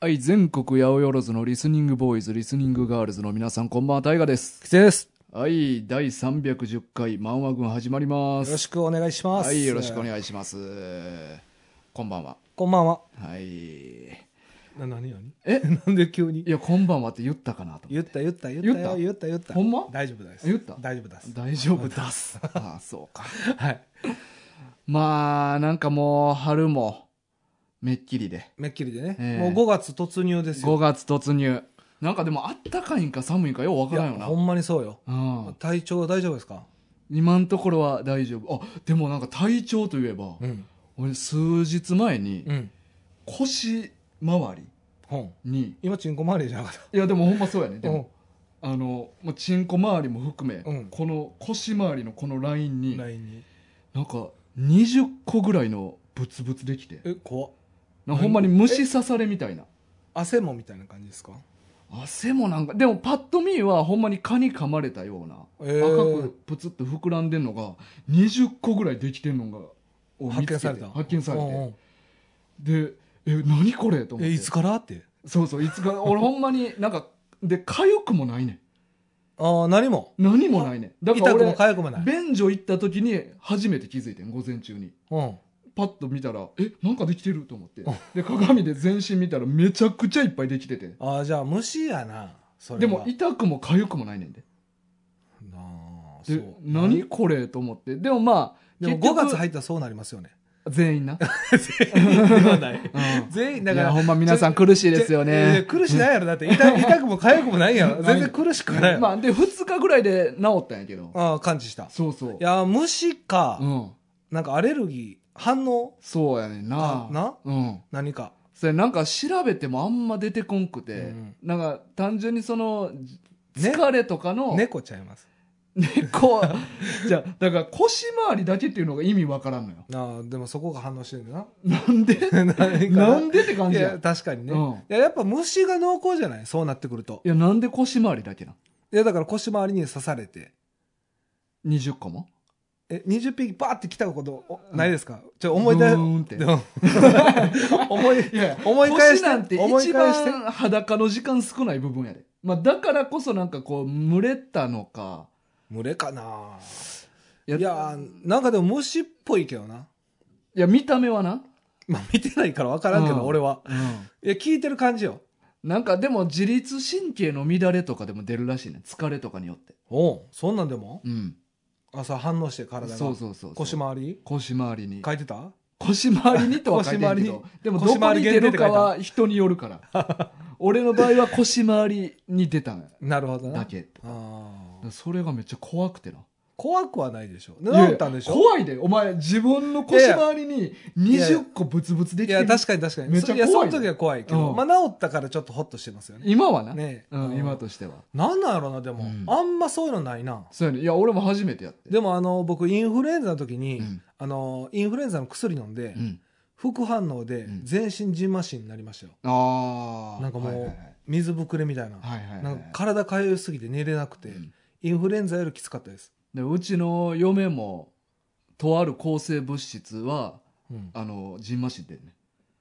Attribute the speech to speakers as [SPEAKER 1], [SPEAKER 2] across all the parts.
[SPEAKER 1] はい、全国八百万のリスニングボーイズ、リスニングガールズの皆さん、こんばんは、タイガです。
[SPEAKER 2] きつです。
[SPEAKER 1] はい、第310回、漫画軍始まります。
[SPEAKER 2] よろしくお願いします。
[SPEAKER 1] はい、よろしくお
[SPEAKER 2] い。
[SPEAKER 1] 願いします。こんばんは。
[SPEAKER 2] こんばんは。
[SPEAKER 1] はい。い
[SPEAKER 2] な、なになに
[SPEAKER 1] え
[SPEAKER 2] なんで急に
[SPEAKER 1] や、こんばんはって言ったかなと思って。
[SPEAKER 2] 言った言った言ったよ
[SPEAKER 1] 言
[SPEAKER 2] 言った言った。
[SPEAKER 1] ほんま
[SPEAKER 2] 大丈夫です。
[SPEAKER 1] 言った
[SPEAKER 2] 大丈夫です。
[SPEAKER 1] 大丈夫だす。 ああ、そうか。
[SPEAKER 2] はい。
[SPEAKER 1] まあ、なんかもう、春も、めっきりで。
[SPEAKER 2] めっきりでね。
[SPEAKER 1] ええ
[SPEAKER 2] もう5月突入ですよ。
[SPEAKER 1] 5月突入。なんかでも、あったかいんか寒いんかようわからんよ
[SPEAKER 2] いや
[SPEAKER 1] な
[SPEAKER 2] ほ。んまにそうよ。
[SPEAKER 1] うん。
[SPEAKER 2] 体調は大丈夫ですか
[SPEAKER 1] 今のところは大丈夫。あ、でもなんか体調といえば、
[SPEAKER 2] ん。
[SPEAKER 1] 俺数日前に
[SPEAKER 2] うん。
[SPEAKER 1] 腰周り
[SPEAKER 2] ほん。
[SPEAKER 1] に、
[SPEAKER 2] 今、チンコ周りじゃなかっ
[SPEAKER 1] いやでもほんまそうやね。
[SPEAKER 2] た。
[SPEAKER 1] で
[SPEAKER 2] う
[SPEAKER 1] も、あの、まあ、チンコ周りも含め、
[SPEAKER 2] うん
[SPEAKER 1] この腰周りのこのラインに
[SPEAKER 2] ん。、ラインに。
[SPEAKER 1] なんか20個ぐらいのブツブツできて、
[SPEAKER 2] え、怖っ
[SPEAKER 1] なんかほんまに虫刺されみたいな。
[SPEAKER 2] 汗もみたいな感じですか
[SPEAKER 1] 汗もなんか、でもパッと見はほんまに蚊に噛まれたような、
[SPEAKER 2] え
[SPEAKER 1] 赤くプツッと膨らんでんのが、20個ぐらいできてんのが、を見つけ
[SPEAKER 2] 発見
[SPEAKER 1] て
[SPEAKER 2] された。
[SPEAKER 1] 発見されて。
[SPEAKER 2] うんうん
[SPEAKER 1] で、え、何これと思っ
[SPEAKER 2] え、
[SPEAKER 1] て。
[SPEAKER 2] いつからって。
[SPEAKER 1] そうそう、いつか、俺ほんまになんか、で、かゆくもないね
[SPEAKER 2] ああ、何も。
[SPEAKER 1] ん。何もないねん。だから
[SPEAKER 2] 痛くも
[SPEAKER 1] 俺、
[SPEAKER 2] 痒くもない。
[SPEAKER 1] 便所行った時に初めて気づいてん、午前中に。
[SPEAKER 2] うん。
[SPEAKER 1] パッと見たら、え、なんかできてると思って。で、鏡で全身見たらめちゃくちゃいっぱいできてて。
[SPEAKER 2] ああ、じゃあ、虫やな。それは
[SPEAKER 1] でも、痛くもかゆくもないねんで。
[SPEAKER 2] なあそ
[SPEAKER 1] で
[SPEAKER 2] う、
[SPEAKER 1] 何これと思って。でもまあ、
[SPEAKER 2] でも
[SPEAKER 1] 結
[SPEAKER 2] 5
[SPEAKER 1] 局
[SPEAKER 2] 月入ったらそうなりますよね
[SPEAKER 1] 全員な。
[SPEAKER 2] 全員 ではない
[SPEAKER 1] うん
[SPEAKER 2] 全員
[SPEAKER 1] だか
[SPEAKER 2] だからら
[SPEAKER 1] ほんま皆さん苦しいですよ
[SPEAKER 2] ちょいや
[SPEAKER 1] ね。
[SPEAKER 2] 苦しないやろだって 痛痛くも痒くもないやろ全然苦しくないやろ、
[SPEAKER 1] まあ、で、2日ぐらいで治ったんやけど。
[SPEAKER 2] ああ感知したい
[SPEAKER 1] そうそう。
[SPEAKER 2] や虫か、
[SPEAKER 1] うん。
[SPEAKER 2] なんかアレルギー反応
[SPEAKER 1] そうやねんな
[SPEAKER 2] か。な
[SPEAKER 1] うん。
[SPEAKER 2] 何か
[SPEAKER 1] それなんか調べてもあんま出てこんくて、
[SPEAKER 2] うん
[SPEAKER 1] なんか単純にその、
[SPEAKER 2] ね
[SPEAKER 1] 疲れとかの、
[SPEAKER 2] 猫ちゃいます
[SPEAKER 1] 猫、 じゃあだから腰回りだけっていうのが意味わからんのよ。
[SPEAKER 2] ああでもそこが反応してるんだな
[SPEAKER 1] なんで
[SPEAKER 2] 何か
[SPEAKER 1] なんでって感
[SPEAKER 2] い
[SPEAKER 1] じや。
[SPEAKER 2] や確かにね、
[SPEAKER 1] うん
[SPEAKER 2] いややっぱ虫が濃厚じゃないそうなってくると
[SPEAKER 1] いや、なんで腰回りだけなん
[SPEAKER 2] いやだから腰回りに刺されて
[SPEAKER 1] ?20 個も
[SPEAKER 2] え20匹バーって来たことおないですか、ちょ思い出
[SPEAKER 1] ブーンって
[SPEAKER 2] でも思い
[SPEAKER 1] いや
[SPEAKER 2] 思い返
[SPEAKER 1] 腰
[SPEAKER 2] して
[SPEAKER 1] なんて
[SPEAKER 2] 思い
[SPEAKER 1] 一
[SPEAKER 2] 返して
[SPEAKER 1] 番裸の時間少ない部分やで。まあだからこそなんかこう、群れたのか。
[SPEAKER 2] 群れかないいやなんかでも虫っぽいけどない
[SPEAKER 1] や見た目はな。
[SPEAKER 2] まあ見てないから分からんけど、
[SPEAKER 1] うん
[SPEAKER 2] 俺は
[SPEAKER 1] うん。
[SPEAKER 2] いや聞いてる感じよ
[SPEAKER 1] なんかでも自律神経の乱れとかでも出るらしいね疲れとかによって
[SPEAKER 2] おうそんなんでも
[SPEAKER 1] うん
[SPEAKER 2] 朝反応して体が
[SPEAKER 1] そうそうそうそう
[SPEAKER 2] 腰回り
[SPEAKER 1] 腰回りに
[SPEAKER 2] 書いてた
[SPEAKER 1] 腰回りにとは書いてるけ
[SPEAKER 2] 腰
[SPEAKER 1] ど
[SPEAKER 2] 回
[SPEAKER 1] でもど
[SPEAKER 2] 腰
[SPEAKER 1] こ
[SPEAKER 2] 回
[SPEAKER 1] に
[SPEAKER 2] り
[SPEAKER 1] 出
[SPEAKER 2] 限定
[SPEAKER 1] る
[SPEAKER 2] って書いた
[SPEAKER 1] かは人によるから俺の場合は腰回りに出たん
[SPEAKER 2] なるほどな
[SPEAKER 1] だ け
[SPEAKER 2] あー
[SPEAKER 1] それがめっちゃ怖くてな
[SPEAKER 2] 怖くはないでしょ治
[SPEAKER 1] いやいや
[SPEAKER 2] ったんでしょ
[SPEAKER 1] 怖いでお前自分の腰回りに
[SPEAKER 2] いやいや
[SPEAKER 1] 20個ブツブツで
[SPEAKER 2] い
[SPEAKER 1] きて
[SPEAKER 2] や
[SPEAKER 1] る
[SPEAKER 2] 確かに確かに
[SPEAKER 1] めっちゃ
[SPEAKER 2] いや
[SPEAKER 1] 怖
[SPEAKER 2] そ
[SPEAKER 1] いね
[SPEAKER 2] の時は怖いけど、
[SPEAKER 1] うん
[SPEAKER 2] まあ治ったからちょっとホッとしてますよね
[SPEAKER 1] 今はな、
[SPEAKER 2] ねえ
[SPEAKER 1] うん、今としては
[SPEAKER 2] なんなんやろなでも、
[SPEAKER 1] うん
[SPEAKER 2] あんまそういうのないな
[SPEAKER 1] そうやねいや俺も初めてやって
[SPEAKER 2] でもあの僕インフルエンザの時に、
[SPEAKER 1] うん
[SPEAKER 2] あのインフルエンザの薬飲んで、
[SPEAKER 1] うん、
[SPEAKER 2] 副反応で
[SPEAKER 1] うん
[SPEAKER 2] 全身じんましんになりましたよ、
[SPEAKER 1] ああ
[SPEAKER 2] なんかもう、
[SPEAKER 1] はいはい
[SPEAKER 2] 水ぶくれみたいな,、
[SPEAKER 1] はい、はいはいはい
[SPEAKER 2] なんか体かゆすぎて寝れなくて、
[SPEAKER 1] うん
[SPEAKER 2] インフルエンザよりきつかったです、
[SPEAKER 1] でうちの嫁もとある抗生物質はあのジンマシンでね、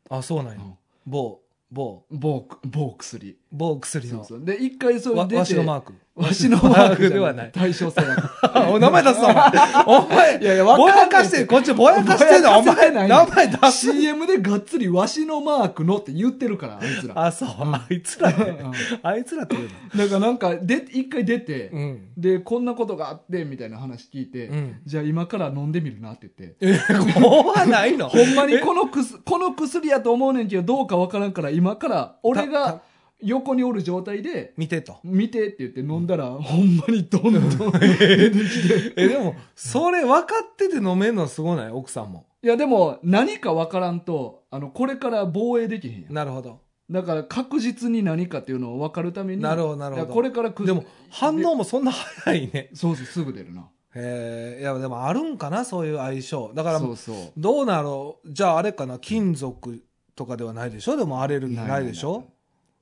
[SPEAKER 2] あそうなんや、
[SPEAKER 1] うん
[SPEAKER 2] 某某
[SPEAKER 1] 某某薬
[SPEAKER 2] 某薬
[SPEAKER 1] そう
[SPEAKER 2] の
[SPEAKER 1] そうで一回それ
[SPEAKER 2] わ
[SPEAKER 1] 出て
[SPEAKER 2] わしのマーク
[SPEAKER 1] わしのマークじゃ
[SPEAKER 2] ではない
[SPEAKER 1] 対象性なく
[SPEAKER 2] あお名前出すなお前お前
[SPEAKER 1] いやいやわ
[SPEAKER 2] ぼ
[SPEAKER 1] か
[SPEAKER 2] や
[SPEAKER 1] んない
[SPEAKER 2] かしてるこっちぼやかしてるのお
[SPEAKER 1] ぼやかせて
[SPEAKER 2] 前
[SPEAKER 1] ない
[SPEAKER 2] 名
[SPEAKER 1] の
[SPEAKER 2] 前出す
[SPEAKER 1] CM でがっつりわしのマークのって言ってるからあいつら
[SPEAKER 2] あそうあいつらね
[SPEAKER 1] うん
[SPEAKER 2] あいつらって言う
[SPEAKER 1] だからなんかで一回出て、
[SPEAKER 2] のうん
[SPEAKER 1] でこんなことがあってみたいな話聞いて、
[SPEAKER 2] うん
[SPEAKER 1] じゃあ今から飲んでみるなって言って
[SPEAKER 2] え怖ないの
[SPEAKER 1] ほんまにこの薬、この薬やと思うねんけど、どうかわからんから、今から、俺
[SPEAKER 2] た
[SPEAKER 1] が
[SPEAKER 2] た
[SPEAKER 1] 横におる状態で、
[SPEAKER 2] 見てと
[SPEAKER 1] 見てって言って飲んだら、ほんまにど んどん出てきて。
[SPEAKER 2] えでもそれ分かってて飲めんのすごない奥さんも
[SPEAKER 1] いや、でも、何かわからんと、あの、これから防衛できへんやん。
[SPEAKER 2] なるほど
[SPEAKER 1] だから、確実に何かっていうのを分かるために。
[SPEAKER 2] なるほどなるほど
[SPEAKER 1] だからこれからくず
[SPEAKER 2] でも反応もそんな早いね
[SPEAKER 1] そうそう、すぐ出るな。
[SPEAKER 2] えーいやでもあるんかなそういう相性だから
[SPEAKER 1] そうそう。
[SPEAKER 2] どうなろうじゃああれかな金属とかではないでしょでもアレルギーないでしょ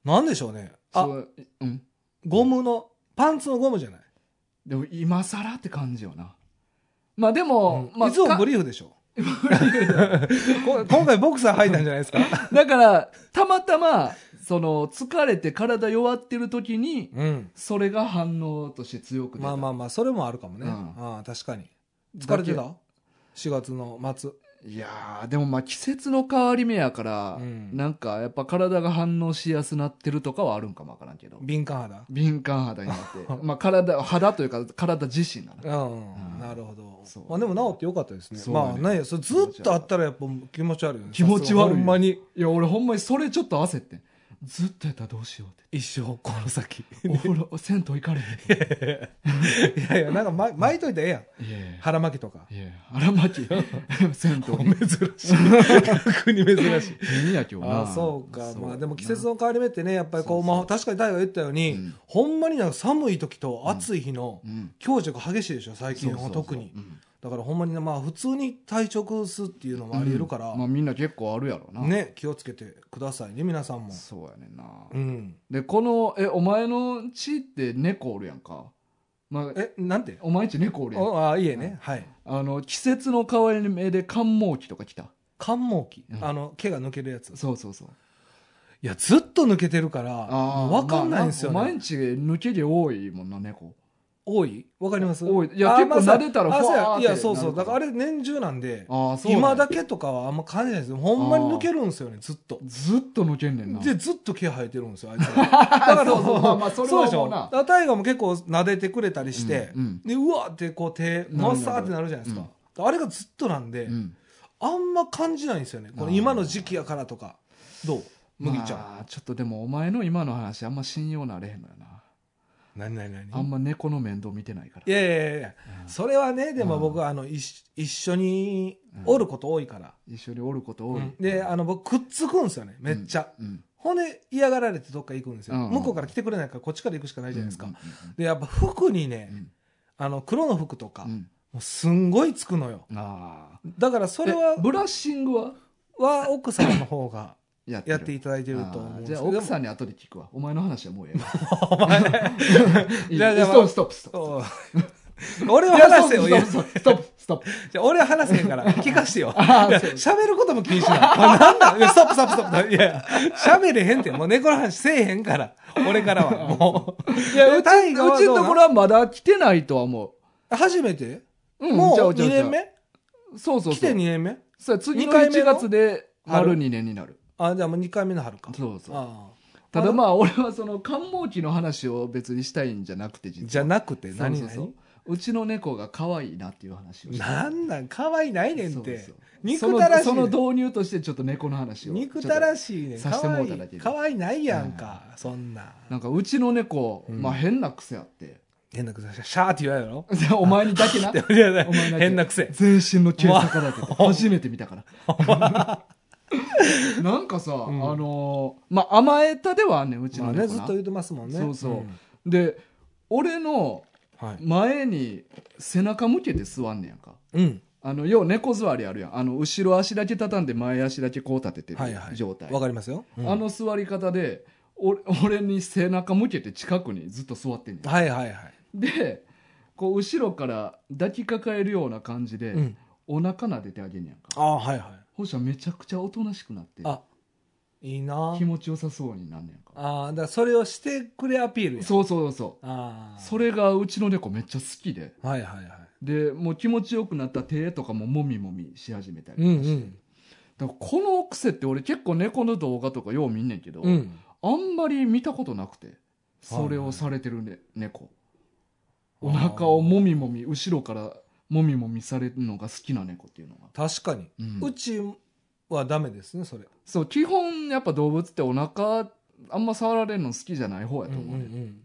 [SPEAKER 2] なんでしょうね
[SPEAKER 1] あ、
[SPEAKER 2] あ
[SPEAKER 1] そううん。
[SPEAKER 2] ゴムのパンツのゴムじゃない、
[SPEAKER 1] でも、今更って感じよな。まあでも、まあ、
[SPEAKER 2] いつも
[SPEAKER 1] か
[SPEAKER 2] ブリーフでしょ こ今回ボクサー履いたんじゃないですか
[SPEAKER 1] だから、たまたま、その疲れて体弱ってる時に
[SPEAKER 2] うん。
[SPEAKER 1] それが反応として強く出た
[SPEAKER 2] まあまあまあ、それもあるかもね。
[SPEAKER 1] うん
[SPEAKER 2] ああ、確かに。疲れてた ?4 月の末。
[SPEAKER 1] いやーでもまあ季節の変わり目やから、
[SPEAKER 2] うん
[SPEAKER 1] なんかやっぱ体が反応しやすなってるとかはあるんかもわからんけど
[SPEAKER 2] 敏感肌。
[SPEAKER 1] 敏感肌になって まあ体肌というか体自身なの
[SPEAKER 2] うん、
[SPEAKER 1] うん
[SPEAKER 2] なるほど
[SPEAKER 1] そう。
[SPEAKER 2] まあでも治ってよかったですね。
[SPEAKER 1] そう
[SPEAKER 2] ま
[SPEAKER 1] だ
[SPEAKER 2] あ
[SPEAKER 1] ね
[SPEAKER 2] ね、それずっとあったらやっぱ気持ち悪いよね。
[SPEAKER 1] 気持ち悪いよ
[SPEAKER 2] ほんまに。
[SPEAKER 1] いや俺ほんまにそれちょっと焦ってんずっとやったらどうしよ う
[SPEAKER 2] 一生こ の先。
[SPEAKER 1] ってお風呂銭湯行かれ へん
[SPEAKER 2] いやいや、なんかま巻いといてええやん。
[SPEAKER 1] いやいや
[SPEAKER 2] 腹巻きとか。
[SPEAKER 1] いや荒牧 銭湯に
[SPEAKER 2] 珍しい。 逆に珍 しい。
[SPEAKER 1] 変やけどな
[SPEAKER 2] あそうか。まあでも季節
[SPEAKER 1] の
[SPEAKER 2] の変わり目ってね、やっぱりこ
[SPEAKER 1] そう
[SPEAKER 2] う、
[SPEAKER 1] そう
[SPEAKER 2] まあ確かに大が言ったように、
[SPEAKER 1] うん
[SPEAKER 2] ほんまになんか寒い時と暑い日の
[SPEAKER 1] うん
[SPEAKER 2] 強弱激しいでしょ、最近
[SPEAKER 1] そう
[SPEAKER 2] は
[SPEAKER 1] そうそう
[SPEAKER 2] 特に
[SPEAKER 1] う。ん
[SPEAKER 2] だからほんまにね、まあ普通に体調崩すっていうのもあり得るから、
[SPEAKER 1] うんまあみんな結構あるやろな
[SPEAKER 2] ね、気をつけてくださいね、皆さんも。
[SPEAKER 1] そうやねんな
[SPEAKER 2] うん。
[SPEAKER 1] でこのえお前の家って猫おるやんか、まあ、
[SPEAKER 2] え、なんて
[SPEAKER 1] お前家猫おるやん
[SPEAKER 2] おあ、いいえね。はい。
[SPEAKER 1] あの季節の変わり目で寒毛期とか来た
[SPEAKER 2] 寒毛期
[SPEAKER 1] う。ん
[SPEAKER 2] あの、毛が抜けるやつ。い
[SPEAKER 1] そうそうそう
[SPEAKER 2] や、ずっと抜けてるから、
[SPEAKER 1] あ
[SPEAKER 2] もうわかんないんですよ
[SPEAKER 1] まあお前
[SPEAKER 2] ね。
[SPEAKER 1] ん家抜け毛多いもんな猫
[SPEAKER 2] 多いわかります
[SPEAKER 1] 多いいや
[SPEAKER 2] あー
[SPEAKER 1] 結構
[SPEAKER 2] まあ
[SPEAKER 1] 撫でたら
[SPEAKER 2] あ
[SPEAKER 1] ふわー
[SPEAKER 2] そうやいや、そうそ
[SPEAKER 1] っ
[SPEAKER 2] う。
[SPEAKER 1] て
[SPEAKER 2] だ
[SPEAKER 1] なる
[SPEAKER 2] からあれ年中なんで、
[SPEAKER 1] ああそうなんや
[SPEAKER 2] 今だけとかはあんま感じないですよ。ほんまに抜けるんですよね、ずっと。
[SPEAKER 1] ずっと抜けんねんな
[SPEAKER 2] で、ずっと毛生えてるんですよ、あいつら。だか ら、
[SPEAKER 1] そうそうまあまあそれは
[SPEAKER 2] うでし
[SPEAKER 1] も
[SPEAKER 2] ょ。
[SPEAKER 1] うな
[SPEAKER 2] だから大河も結構撫でてくれたりして、
[SPEAKER 1] うんうん
[SPEAKER 2] で、うわーってこう手、
[SPEAKER 1] る
[SPEAKER 2] マッサーってなるじゃないですか。あれがずっとなんで、
[SPEAKER 1] うん
[SPEAKER 2] あんま感じないんですよね。この今の時期やからとか。どう麦ちゃん。
[SPEAKER 1] まあちょっとでもお前の今の話あんま信用なれへんのよな
[SPEAKER 2] 何何何
[SPEAKER 1] あんま猫の面倒見てないから
[SPEAKER 2] いやいやいやいや、それはね、でも僕はあの、一一緒におること多いから。
[SPEAKER 1] 一緒におること多
[SPEAKER 2] う
[SPEAKER 1] い
[SPEAKER 2] んで、あの、僕くっつくんですよね、めっちゃ。
[SPEAKER 1] うん
[SPEAKER 2] ほんで嫌がられてどっか行くんですよ。
[SPEAKER 1] うんうん
[SPEAKER 2] 向こうから来てくれないからこっちから行くしかないじゃないですか。
[SPEAKER 1] うん
[SPEAKER 2] で、やっぱ服にね、
[SPEAKER 1] うん
[SPEAKER 2] あの、黒の服とか、
[SPEAKER 1] うん
[SPEAKER 2] もうすんごいつくのよ。
[SPEAKER 1] うんああ
[SPEAKER 2] だからそれは
[SPEAKER 1] え、ブラッシングは
[SPEAKER 2] は奥様の方が
[SPEAKER 1] やってる
[SPEAKER 2] やっていただいてると思うん
[SPEAKER 1] あー
[SPEAKER 2] で
[SPEAKER 1] じ
[SPEAKER 2] すけ
[SPEAKER 1] ゃあ
[SPEAKER 2] ど。
[SPEAKER 1] 奥さんに後で聞くわお前の話はもうええわ
[SPEAKER 2] お前ね
[SPEAKER 1] いい
[SPEAKER 2] じゃあじゃあ
[SPEAKER 1] ストップストップストップ
[SPEAKER 2] おい 俺は話せよ。いや
[SPEAKER 1] ストップストップストップス
[SPEAKER 2] じゃあ俺は話せへん から、聞かしてよ。い
[SPEAKER 1] あー
[SPEAKER 2] や喋ることも禁 止なの。あなんだいやストップストップストップ。いやいや、喋れへんって。もう猫の話せえへんから。俺からは。もう。いや、歌い
[SPEAKER 1] トップうちのところはまだ来てないとは思
[SPEAKER 2] 初めて
[SPEAKER 1] う、ん
[SPEAKER 2] もう
[SPEAKER 1] ちゃちゃ
[SPEAKER 2] 2
[SPEAKER 1] ちゃ
[SPEAKER 2] 年目
[SPEAKER 1] そうそう
[SPEAKER 2] 来
[SPEAKER 1] そ
[SPEAKER 2] て2
[SPEAKER 1] う
[SPEAKER 2] 年目
[SPEAKER 1] そう次の
[SPEAKER 2] 二回目
[SPEAKER 1] 1
[SPEAKER 2] の
[SPEAKER 1] 月で
[SPEAKER 2] 春
[SPEAKER 1] 丸2年になる
[SPEAKER 2] あ、じゃあもう2回目の春か。
[SPEAKER 1] そうそう
[SPEAKER 2] ああ
[SPEAKER 1] ただまあ俺はその寒毛期の話を別にしたいんじゃなくて実は
[SPEAKER 2] じゃなくて
[SPEAKER 1] そう
[SPEAKER 2] 何
[SPEAKER 1] そうそううちの猫が可愛いなっていう話を
[SPEAKER 2] 何
[SPEAKER 1] した
[SPEAKER 2] なんなん可愛いないねんって。
[SPEAKER 1] そうそう
[SPEAKER 2] 憎たらしい
[SPEAKER 1] その
[SPEAKER 2] ね
[SPEAKER 1] その導入としてちょっと猫の話を
[SPEAKER 2] 憎たら
[SPEAKER 1] し
[SPEAKER 2] しいねん。
[SPEAKER 1] ちょっとさしてもうただけで
[SPEAKER 2] 可愛いないやんか。そんな。
[SPEAKER 1] なんかうちの猫、
[SPEAKER 2] うん
[SPEAKER 1] まあ変な癖あって
[SPEAKER 2] 変な癖。シャーって言われるやろ
[SPEAKER 1] お前にだけな
[SPEAKER 2] いやいや
[SPEAKER 1] お前だけ
[SPEAKER 2] 変な癖。
[SPEAKER 1] 全身の毛逆らってた初めて見たからなんかさ、
[SPEAKER 2] ん
[SPEAKER 1] あのーまあ甘えたではあんねんうち
[SPEAKER 2] ま
[SPEAKER 1] の
[SPEAKER 2] あね、
[SPEAKER 1] 猫
[SPEAKER 2] ずっ
[SPEAKER 1] な、
[SPEAKER 2] と言ってますもんね。
[SPEAKER 1] そうそうんで俺の
[SPEAKER 2] はい。
[SPEAKER 1] 前に背中向けて座んねやんか
[SPEAKER 2] うん。
[SPEAKER 1] あのよう猫座りあるやんあの後ろ足だけ畳んで前足だけこう立ててる
[SPEAKER 2] はいはい。
[SPEAKER 1] 状態、
[SPEAKER 2] わかりますよ。うん
[SPEAKER 1] あの座り方で俺俺に背中向けて近くにずっと座ってんねん
[SPEAKER 2] はいはいはい。
[SPEAKER 1] でこう後ろから抱きかかえるような感じで、
[SPEAKER 2] うん。
[SPEAKER 1] お腹撫でてあげんねやんか
[SPEAKER 2] ああ、はいはい。
[SPEAKER 1] ほしたらめちゃくちゃおとなしくなって
[SPEAKER 2] あ、いいな
[SPEAKER 1] 気持ちよさそうになんねんか
[SPEAKER 2] ああ、だからそれをしてくれアピールや。
[SPEAKER 1] そうそうそう
[SPEAKER 2] ああ。
[SPEAKER 1] そ。れがうちの猫めっちゃ好きで
[SPEAKER 2] はいはいはい。
[SPEAKER 1] でもう気持ちよくなった手とかももみもみし始めたり
[SPEAKER 2] うん
[SPEAKER 1] とかして、だからこの癖って俺結構猫の動画とかよう見んねんけど、
[SPEAKER 2] うん。うん。
[SPEAKER 1] あんまり見たことなくてそれをされてる、ね猫お腹をもみもみ後ろからもみもみされるのが好きな猫っていうのが、
[SPEAKER 2] 確かに。
[SPEAKER 1] うん
[SPEAKER 2] うちはダメですね、それ。
[SPEAKER 1] そう基本やっぱ動物ってお腹あんま触られるの好きじゃない方やと思うね、
[SPEAKER 2] ん。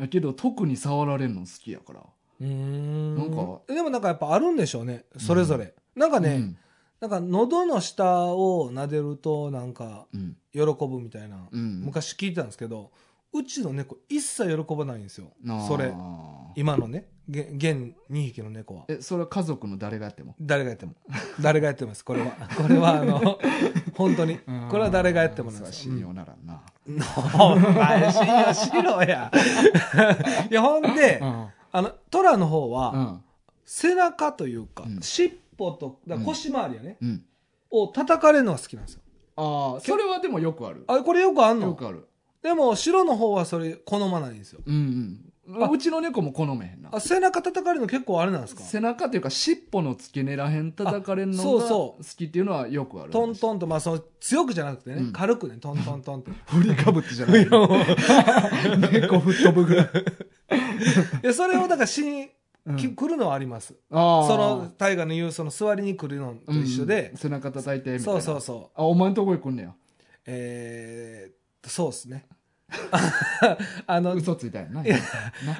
[SPEAKER 1] やけど特に触られるの好きやから
[SPEAKER 2] うーん。
[SPEAKER 1] なんか
[SPEAKER 2] でもなんかやっぱあるんでしょうね、それぞれ。なんかね、なんか喉の下を撫でるとなんか
[SPEAKER 1] うん
[SPEAKER 2] 喜ぶみたいな、
[SPEAKER 1] うん
[SPEAKER 2] 昔聞いたんですけど、うちの猫一切喜ばないんですよ。
[SPEAKER 1] あー
[SPEAKER 2] それ、今のね、げ現2匹の猫は。
[SPEAKER 1] えそれは家族の誰がやっても
[SPEAKER 2] 誰がやっても。誰がやってもです、これは。これはあの、 本当に。これは誰がやっても
[SPEAKER 1] そ
[SPEAKER 2] なんで
[SPEAKER 1] れは
[SPEAKER 2] すよ。
[SPEAKER 1] 信
[SPEAKER 2] うん
[SPEAKER 1] 用ならんな、
[SPEAKER 2] お前、信用しろ や。いや、ほんで、
[SPEAKER 1] ん
[SPEAKER 2] あの、トラの方は、
[SPEAKER 1] うん
[SPEAKER 2] 背中というか、
[SPEAKER 1] うん
[SPEAKER 2] 尻尾と、だから腰回りやね、
[SPEAKER 1] うん、
[SPEAKER 2] を叩かれるのが好きなんですよ。
[SPEAKER 1] ああそれはでもよくある
[SPEAKER 2] あ、これよくあんの
[SPEAKER 1] よくある
[SPEAKER 2] でも白の方はそれ好まないんですよ
[SPEAKER 1] うんう
[SPEAKER 2] あ
[SPEAKER 1] んうちの猫も好めへんな
[SPEAKER 2] あ背中叩かれるの結構あれなんですか
[SPEAKER 1] 背中っていうか尻尾の付け根らへん叩かれるの
[SPEAKER 2] あそう
[SPEAKER 1] が
[SPEAKER 2] そ
[SPEAKER 1] 好
[SPEAKER 2] う
[SPEAKER 1] きっていうのはよくある
[SPEAKER 2] トントンとまあその強くじゃなくてね、
[SPEAKER 1] うん
[SPEAKER 2] 軽くねトントントンって
[SPEAKER 1] 振りかぶってじゃ ない
[SPEAKER 2] いやもう
[SPEAKER 1] 猫吹っ飛ぶぐらい、
[SPEAKER 2] いやそれをだからしに、
[SPEAKER 1] うん
[SPEAKER 2] き来るのはあります
[SPEAKER 1] あー
[SPEAKER 2] その大河の言うその座りに来るのと一緒
[SPEAKER 1] う
[SPEAKER 2] で
[SPEAKER 1] ん、背中叩いてみたいな
[SPEAKER 2] そうそうそう
[SPEAKER 1] あお前んとこへ来んねや
[SPEAKER 2] えー、そうで すねあの
[SPEAKER 1] 嘘ついたんやない
[SPEAKER 2] や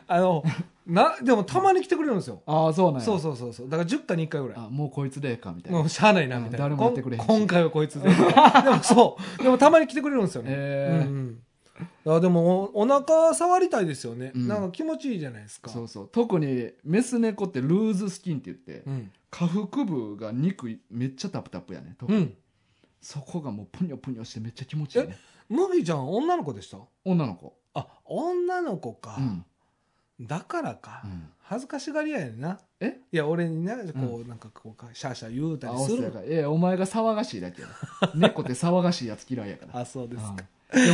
[SPEAKER 2] あのなでもたまに来てくれるんですよ
[SPEAKER 1] ああそうなんや
[SPEAKER 2] そうそうそうそうだから10かに1回ぐらい
[SPEAKER 1] あもうこいつでええかみたいな
[SPEAKER 2] もうしゃあないなみたいな
[SPEAKER 1] 誰もやってくれへんし
[SPEAKER 2] こん今回はこいつででもそうでもたまに来てくれるんですよね、
[SPEAKER 1] えー
[SPEAKER 2] うんうん、あでもおお腹触りたいですよね、
[SPEAKER 1] うん
[SPEAKER 2] なんか気持ちいいじゃないですか
[SPEAKER 1] そうそう特にメス猫ってルーズスキンって言って、
[SPEAKER 2] うん、
[SPEAKER 1] 下腹部が肉いめっちゃタプタプやねと
[SPEAKER 2] うん、
[SPEAKER 1] そこがもうプニョプニョしてめっちゃ気持ちいいね
[SPEAKER 2] 麦ちゃん女の子でした
[SPEAKER 1] 女の子
[SPEAKER 2] あ女の子か
[SPEAKER 1] う、ん、
[SPEAKER 2] だからか、
[SPEAKER 1] うん、
[SPEAKER 2] 恥ずかしがり屋やねんな
[SPEAKER 1] え
[SPEAKER 2] いや俺になこう、なんかこうシャーシャー言うた
[SPEAKER 1] あ
[SPEAKER 2] り
[SPEAKER 1] お
[SPEAKER 2] す
[SPEAKER 1] そや
[SPEAKER 2] る
[SPEAKER 1] からいやお前が騒がしいだ けや猫って騒がしいやつ嫌いやから
[SPEAKER 2] あそうですか
[SPEAKER 1] うん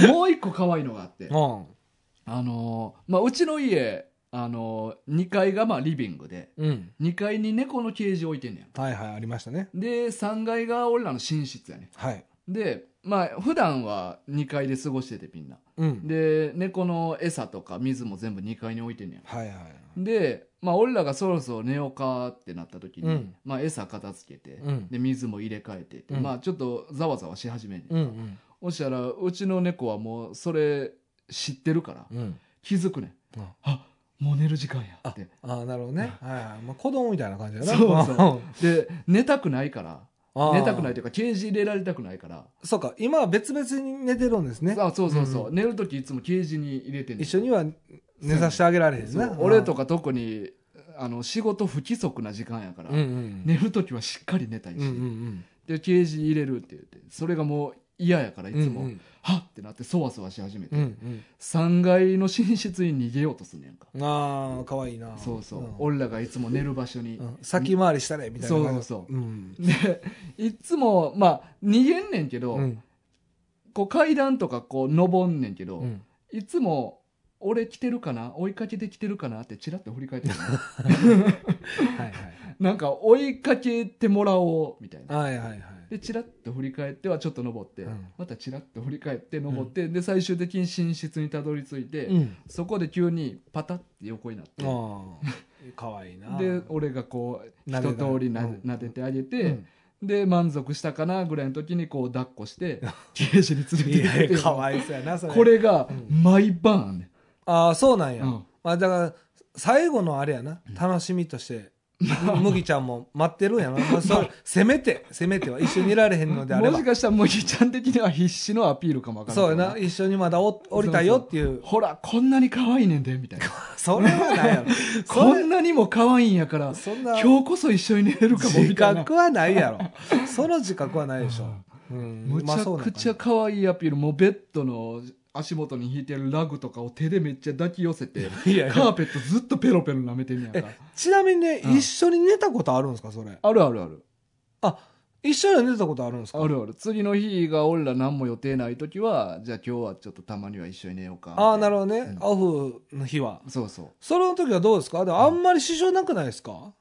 [SPEAKER 1] でもう一個可愛いのがあって
[SPEAKER 2] うん
[SPEAKER 1] あのーまあ、うちの家、あのー、2階がまあリビングで
[SPEAKER 2] うん
[SPEAKER 1] 2階に猫のケージ置いてんねや
[SPEAKER 2] はいはいありましたね
[SPEAKER 1] で3階が俺らの寝室やね
[SPEAKER 2] はい
[SPEAKER 1] でまあ普段は2階で過ごしててみんな
[SPEAKER 2] うん
[SPEAKER 1] で猫の餌とか水も全部2階に置いてんねや
[SPEAKER 2] はいはい
[SPEAKER 1] で、まあ、俺らがそろそろ寝ようかってなった時に、
[SPEAKER 2] うん
[SPEAKER 1] まあ、餌片付けて、
[SPEAKER 2] うん
[SPEAKER 1] で水も入れ替えてって、
[SPEAKER 2] うん
[SPEAKER 1] まあ、ちょっとざわざわし始めんねん、
[SPEAKER 2] うんうん
[SPEAKER 1] おっしゃらうちの猫はもうそれ知ってるから
[SPEAKER 2] うん
[SPEAKER 1] 気づくねん、
[SPEAKER 2] うん
[SPEAKER 1] あもう寝る時間やって
[SPEAKER 2] ああなるほどねはいはい、まあ、子供みたいな感じだな
[SPEAKER 1] そうそで寝たくないから
[SPEAKER 2] うん
[SPEAKER 1] 寝たくないと い
[SPEAKER 2] あ
[SPEAKER 1] うかケージ入れられたくないから
[SPEAKER 2] ーそうか今は別々に寝てるんですね
[SPEAKER 1] あそうそうそう、
[SPEAKER 2] う
[SPEAKER 1] 寝る時いつもケージに入れてんねん
[SPEAKER 2] 一緒には寝させてあげられへん
[SPEAKER 1] そ
[SPEAKER 2] な
[SPEAKER 1] う俺と
[SPEAKER 2] か
[SPEAKER 1] か特にあの仕事不規則な時間やから、
[SPEAKER 2] うんうん
[SPEAKER 1] 寝る時はしっかり寝たいし、
[SPEAKER 2] うんうん
[SPEAKER 1] でケージに入れるって言ってそれがもう嫌やからい
[SPEAKER 2] うん
[SPEAKER 1] つも、
[SPEAKER 2] うん
[SPEAKER 1] はっってなってそわそわし始めて、
[SPEAKER 2] うんうん
[SPEAKER 1] 3階の寝室に逃げようとすんねやんか、
[SPEAKER 2] うんああかわいいな
[SPEAKER 1] そうそう、
[SPEAKER 2] ん
[SPEAKER 1] 俺らがいつも寝る場所に、
[SPEAKER 2] うん先回りしたねみたいな感じ
[SPEAKER 1] そうそう
[SPEAKER 2] うん
[SPEAKER 1] でいつもまあ逃げんねんけど、
[SPEAKER 2] うん
[SPEAKER 1] こう階段とかこう登んねんけど、
[SPEAKER 2] うん
[SPEAKER 1] いつも俺来てるかな追いかけて来てるかなってチラッと振り返ってる
[SPEAKER 2] はい
[SPEAKER 1] なんか追いかけてもらおうみたいな
[SPEAKER 2] はいはいはいはい
[SPEAKER 1] でチラッと振り返ってはちょっと登って、
[SPEAKER 2] うん
[SPEAKER 1] またチラッと振り返って登って、で最終的に寝室にたどり着いて、
[SPEAKER 2] うん
[SPEAKER 1] そこで急にパタッて横になって
[SPEAKER 2] ああかわいいな
[SPEAKER 1] で俺がこう
[SPEAKER 2] 撫
[SPEAKER 1] 一
[SPEAKER 2] でた
[SPEAKER 1] 通りな
[SPEAKER 2] うん
[SPEAKER 1] 撫でてあげて、
[SPEAKER 2] うん
[SPEAKER 1] で満足したかなぐらいの時にこう抱っこしてケージに連れて
[SPEAKER 2] い
[SPEAKER 1] 行く
[SPEAKER 2] や
[SPEAKER 1] って
[SPEAKER 2] い
[SPEAKER 1] い
[SPEAKER 2] や
[SPEAKER 1] う
[SPEAKER 2] かわいそうやなそれ
[SPEAKER 1] これが
[SPEAKER 2] うん
[SPEAKER 1] 毎晩あんね
[SPEAKER 2] ああそうなん
[SPEAKER 1] ん
[SPEAKER 2] や、
[SPEAKER 1] うん
[SPEAKER 2] まあだから最後のあれやな楽しみとして、麦ちゃんも待ってるん やな、まあそれせめてせめては一緒にいられへんのであれ
[SPEAKER 1] も
[SPEAKER 2] ば
[SPEAKER 1] しかしたらもうひちゃん的には必死のアピールかもわから
[SPEAKER 2] そうや
[SPEAKER 1] んけど
[SPEAKER 2] な一緒にまだお降りたいよっていう
[SPEAKER 1] ほらこんなに可愛いねんでみたいな
[SPEAKER 2] それはないや ろ
[SPEAKER 1] こん
[SPEAKER 2] な
[SPEAKER 1] なにも可愛いんやから
[SPEAKER 2] そんな
[SPEAKER 1] 今日こそ一緒に寝れるかも
[SPEAKER 2] 自
[SPEAKER 1] みたいな
[SPEAKER 2] 覚はないやろその自覚はないでしょ、うん
[SPEAKER 1] むちゃくちゃ
[SPEAKER 2] まあ
[SPEAKER 1] 可愛いアピールもうベッドの足元に引いてるラグとかを手でめっちゃ抱き寄せて
[SPEAKER 2] そうなんかいやい
[SPEAKER 1] カ
[SPEAKER 2] や
[SPEAKER 1] ーペットずっとペロペロ舐めてんねやんか
[SPEAKER 2] えちなみにね、
[SPEAKER 1] うん
[SPEAKER 2] 一緒に寝たことあるんですかそれ
[SPEAKER 1] あるあるある
[SPEAKER 2] 一緒に寝たことあるんですか
[SPEAKER 1] あるある次の日が俺ら何も予定ない時はじゃあ今日はちょっとたまには一緒に寝ようか
[SPEAKER 2] ああなる
[SPEAKER 1] ほ
[SPEAKER 2] ほどね、
[SPEAKER 1] うん
[SPEAKER 2] オフの日は
[SPEAKER 1] どそうそう
[SPEAKER 2] その時はどうですかでもあんまり支障なくないですか、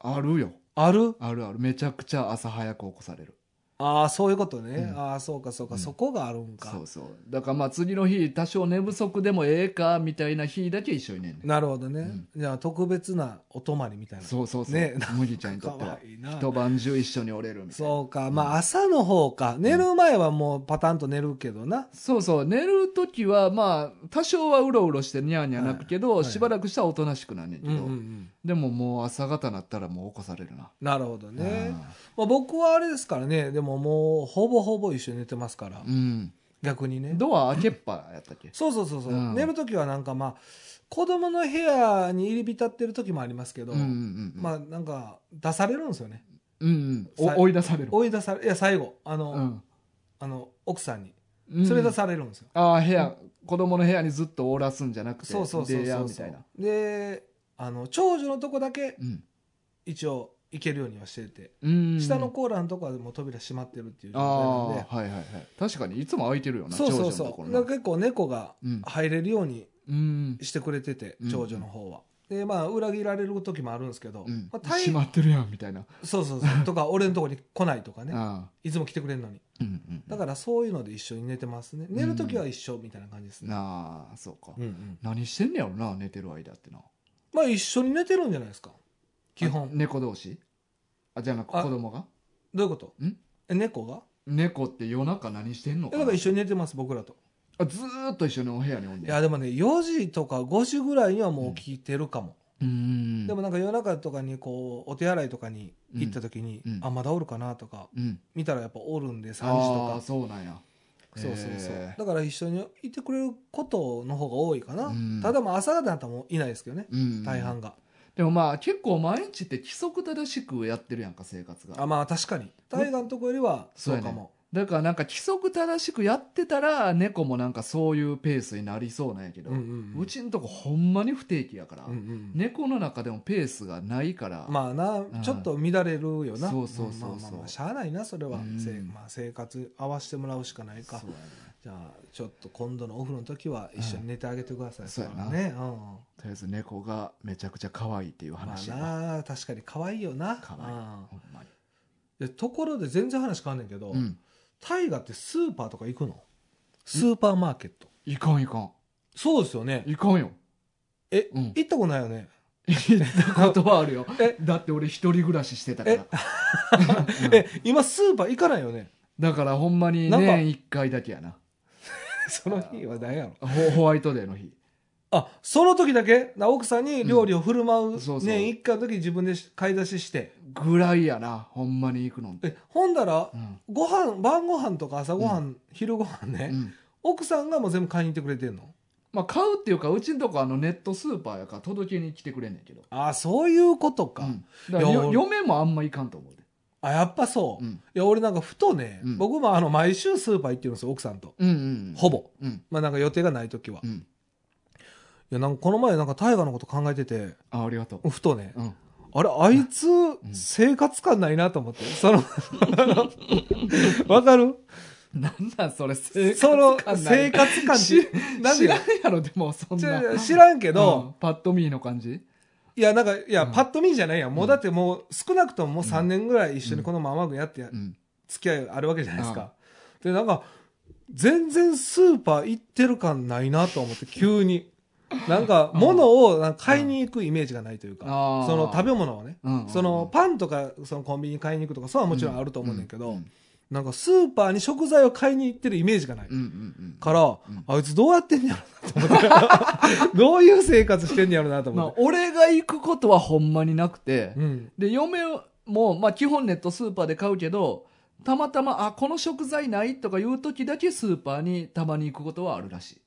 [SPEAKER 1] あるよ
[SPEAKER 2] ある
[SPEAKER 1] あるあるめちゃくちゃ朝早く起こされる
[SPEAKER 2] ああそういうことね、
[SPEAKER 1] うん
[SPEAKER 2] ああそうかそうか、
[SPEAKER 1] うん
[SPEAKER 2] そこがあるんか
[SPEAKER 1] そうそうだからまあ次の日多少寝不足でもええかみたいな日だけ一緒に寝んねん
[SPEAKER 2] なるほどね、
[SPEAKER 1] うん
[SPEAKER 2] じゃあ特別なお泊まりみたいな
[SPEAKER 1] そうそうそう、
[SPEAKER 2] ね
[SPEAKER 1] 麦ちゃんにと
[SPEAKER 2] か
[SPEAKER 1] っては
[SPEAKER 2] わいいな
[SPEAKER 1] 一晩中一緒におれるみたいな
[SPEAKER 2] そうかまあ朝の方か、寝る前はもうパタンと寝るけどな
[SPEAKER 1] そうそう寝る時はまあ多少はうろうろしてニャーニャー泣くけど、
[SPEAKER 2] はいはい
[SPEAKER 1] しばらくしたらおとなしくなんねんけ
[SPEAKER 2] う
[SPEAKER 1] ど、
[SPEAKER 2] んうんうん
[SPEAKER 1] でももう朝方なったらもう起こされるな
[SPEAKER 2] なるほどね、まあ、僕はあれですからねでももうほぼほぼ一緒に寝てますから、
[SPEAKER 1] うん、
[SPEAKER 2] 逆にね
[SPEAKER 1] ドア開けっぱやったっけ
[SPEAKER 2] そうそうそうそう、
[SPEAKER 1] うん
[SPEAKER 2] 寝る時はなんかまあ子供の部屋に入り浸ってる時もありますけど、
[SPEAKER 1] うんうんうんうん
[SPEAKER 2] まあなんか出されるんですよね
[SPEAKER 1] うんうん
[SPEAKER 2] さ
[SPEAKER 1] お追い出される
[SPEAKER 2] 追い出されいや最後あの、
[SPEAKER 1] うん
[SPEAKER 2] あの奥さんに
[SPEAKER 1] うん
[SPEAKER 2] 連れ出されるんですよ、
[SPEAKER 1] ああ部屋子供の部屋にずっとおらすんじゃなくて
[SPEAKER 2] そうそうそう
[SPEAKER 1] 出や
[SPEAKER 2] そう
[SPEAKER 1] みたいな
[SPEAKER 2] であの長女のとこだけ
[SPEAKER 1] うん
[SPEAKER 2] 一応行けるようにはしてて、
[SPEAKER 1] うん
[SPEAKER 2] 下のコーラのとこはもう扉閉まってるっていう状態なんで
[SPEAKER 1] ああーはいはいはい確かにいつも空いてるよな
[SPEAKER 2] そうそ
[SPEAKER 1] 長
[SPEAKER 2] う
[SPEAKER 1] 女のと
[SPEAKER 2] そ
[SPEAKER 1] こ
[SPEAKER 2] う
[SPEAKER 1] ろ
[SPEAKER 2] だから
[SPEAKER 1] な
[SPEAKER 2] 結構猫が
[SPEAKER 1] うん
[SPEAKER 2] 入れるように
[SPEAKER 1] うん
[SPEAKER 2] してくれてて、
[SPEAKER 1] うん
[SPEAKER 2] 長女の方は。でまあ、裏切られる時もあるんですけど、
[SPEAKER 1] うん
[SPEAKER 2] まあ、大
[SPEAKER 1] 閉まってるやんみたいな
[SPEAKER 2] そうそ うそうとか俺のとこに来ないとかね
[SPEAKER 1] あ
[SPEAKER 2] いつも来てくれるのに
[SPEAKER 1] ーうんうん
[SPEAKER 2] だからそういうので一緒に寝てますね寝る時は一緒みたいな感じですね、
[SPEAKER 1] なあそうか
[SPEAKER 2] うんうん
[SPEAKER 1] 何してんねやろな寝てる間ってな
[SPEAKER 2] まあ一緒に寝てるんじゃないですか基
[SPEAKER 1] あ
[SPEAKER 2] 本
[SPEAKER 1] 猫同士あじゃなく子
[SPEAKER 2] あ
[SPEAKER 1] 供が
[SPEAKER 2] どういうこと
[SPEAKER 1] ん
[SPEAKER 2] え猫が
[SPEAKER 1] 猫って夜中何してんの
[SPEAKER 2] え
[SPEAKER 1] か
[SPEAKER 2] だ
[SPEAKER 1] な
[SPEAKER 2] から一緒に寝てます僕らと
[SPEAKER 1] あずーっと一緒にお部屋におん
[SPEAKER 2] い
[SPEAKER 1] ねん
[SPEAKER 2] やでもね4時とか5時ぐらいにはもう起きてるかも、
[SPEAKER 1] うーん
[SPEAKER 2] でもなんか夜中とかにこうお手洗いとかに行った時に、
[SPEAKER 1] うんうん
[SPEAKER 2] あまだおるかなとか
[SPEAKER 1] うん
[SPEAKER 2] 見たらやっぱおるんで3時と
[SPEAKER 1] ああ
[SPEAKER 2] か
[SPEAKER 1] そうなんや
[SPEAKER 2] そうそうそう
[SPEAKER 1] へー
[SPEAKER 2] だから一緒にいてくれることの方が多いかな、
[SPEAKER 1] うん
[SPEAKER 2] ただまあ朝方だったらもういないですけどね
[SPEAKER 1] うん
[SPEAKER 2] 大半が、
[SPEAKER 1] でもまあ結構毎日って規則正しくやってるやんか生活が
[SPEAKER 2] あまあ確かに大河のとこよりは
[SPEAKER 1] そうや
[SPEAKER 2] そう
[SPEAKER 1] ね
[SPEAKER 2] かも
[SPEAKER 1] だからなんか規則正しくやってたら猫もなんかそういうペースになりそうなんやけど、
[SPEAKER 2] う,、んうんうん、
[SPEAKER 1] うちんとこほんまに不定期やから、
[SPEAKER 2] うんうん
[SPEAKER 1] 猫の中でもペースがないから、
[SPEAKER 2] まあな、
[SPEAKER 1] ん
[SPEAKER 2] ちょっと乱れるよな
[SPEAKER 1] そうそうそうそうん
[SPEAKER 2] まあまあまあしゃあないなそれは、
[SPEAKER 1] うん
[SPEAKER 2] せまあ、生活合わせてもらうしかないか
[SPEAKER 1] そうやね
[SPEAKER 2] じゃあちょっと今度のオフの時は一緒に寝てあげてください、
[SPEAKER 1] うんそうやな
[SPEAKER 2] ね、うん
[SPEAKER 1] とりあえず猫がめちゃくちゃ可愛いっていう
[SPEAKER 2] ま
[SPEAKER 1] 話やな、
[SPEAKER 2] あな確かに可愛いよな
[SPEAKER 1] 可愛いほんまに
[SPEAKER 2] うんでところで全然話変わんねんけど、
[SPEAKER 1] うん
[SPEAKER 2] 大河ってスーパーとか行くのスーパーマーケット
[SPEAKER 1] いかんいかん
[SPEAKER 2] そうですよね
[SPEAKER 1] いかんよ
[SPEAKER 2] え、
[SPEAKER 1] うん
[SPEAKER 2] 行ったことないよね
[SPEAKER 1] 行ったことはあるよ
[SPEAKER 2] え
[SPEAKER 1] だって俺一人暮らししてたから、うん
[SPEAKER 2] え今スーパー行かない よね
[SPEAKER 1] だからほんまに
[SPEAKER 2] なんか
[SPEAKER 1] 年1回だけやな
[SPEAKER 2] その日は何やろ
[SPEAKER 1] ホホワイトデーの日
[SPEAKER 2] あその時だけな奥さんに料理を振る舞う、
[SPEAKER 1] んそうそう
[SPEAKER 2] 年一回の時に自分でし買い出しして
[SPEAKER 1] ぐらいやなほんまに行くのって、
[SPEAKER 2] えほんだら
[SPEAKER 1] うん
[SPEAKER 2] ご飯晩ご飯とか朝ご飯、
[SPEAKER 1] う
[SPEAKER 2] 昼ご飯ね、
[SPEAKER 1] うん
[SPEAKER 2] 奥さんがもう全部買いに行ってくれてんの
[SPEAKER 1] まあ買うっていうかうちんとこあのネットスーパーやから届けに来てくれんねんけど、
[SPEAKER 2] あそういうことか、
[SPEAKER 1] うんだから
[SPEAKER 2] いや
[SPEAKER 1] よ
[SPEAKER 2] 俺
[SPEAKER 1] 嫁もあんまいかんと思うで
[SPEAKER 2] あやっぱそう、
[SPEAKER 1] う
[SPEAKER 2] い
[SPEAKER 1] ん
[SPEAKER 2] や俺なんかふとね、
[SPEAKER 1] うん
[SPEAKER 2] 僕もあの毎週スーパー行ってるんですよ奥さんと、
[SPEAKER 1] うんうん
[SPEAKER 2] ほぼ
[SPEAKER 1] うん
[SPEAKER 2] まあなんか予定がない時は、
[SPEAKER 1] う
[SPEAKER 2] い
[SPEAKER 1] ん
[SPEAKER 2] やなんかこの前なんか大河のこと考えてて
[SPEAKER 1] あありがとう、
[SPEAKER 2] ふとね、
[SPEAKER 1] うん、
[SPEAKER 2] あれ、あいつ、生活感ないなと思って。その、 わかる
[SPEAKER 1] なんなんそれ生
[SPEAKER 2] その、
[SPEAKER 1] 活感ない
[SPEAKER 2] 生活感
[SPEAKER 1] 知
[SPEAKER 2] なんで
[SPEAKER 1] 知らんやろでもそん
[SPEAKER 2] ち
[SPEAKER 1] な
[SPEAKER 2] ょ知らんけ
[SPEAKER 1] け
[SPEAKER 2] ど、
[SPEAKER 1] パッと見の感じ
[SPEAKER 2] いや、なんか、いや、
[SPEAKER 1] うん
[SPEAKER 2] パッと見じゃないやん。もうだってもう、少なくとももう3年ぐらい一緒にこのままぐやってや
[SPEAKER 1] うん
[SPEAKER 2] 付き合いあるわけじゃないですか。で、なんか、全然スーパー行ってる感ないな と思って、急に。なんか、物をなんか買いに行くイメージがないというか、
[SPEAKER 1] あー
[SPEAKER 2] その食べ物をね。
[SPEAKER 1] うんうんうん
[SPEAKER 2] そのパンとかそのコンビニ買いに行くとかそうはもちろんあると思うねんだけど、
[SPEAKER 1] うんうん
[SPEAKER 2] なんかスーパーに食材を買いに行ってるイメージがない。
[SPEAKER 1] うんうん
[SPEAKER 2] から、あいつどうやってんねやろなと思って。どういう生活してんねやろなと
[SPEAKER 1] うんま
[SPEAKER 2] 思
[SPEAKER 1] あ
[SPEAKER 2] って。
[SPEAKER 1] 俺が行くことはほんまになくて、
[SPEAKER 2] うん。
[SPEAKER 1] で嫁も、まあ、基本ネットスーパーで買うけどたまたまあこの食材ないとかいう時だけスーパーにたまに行くことはあるらしい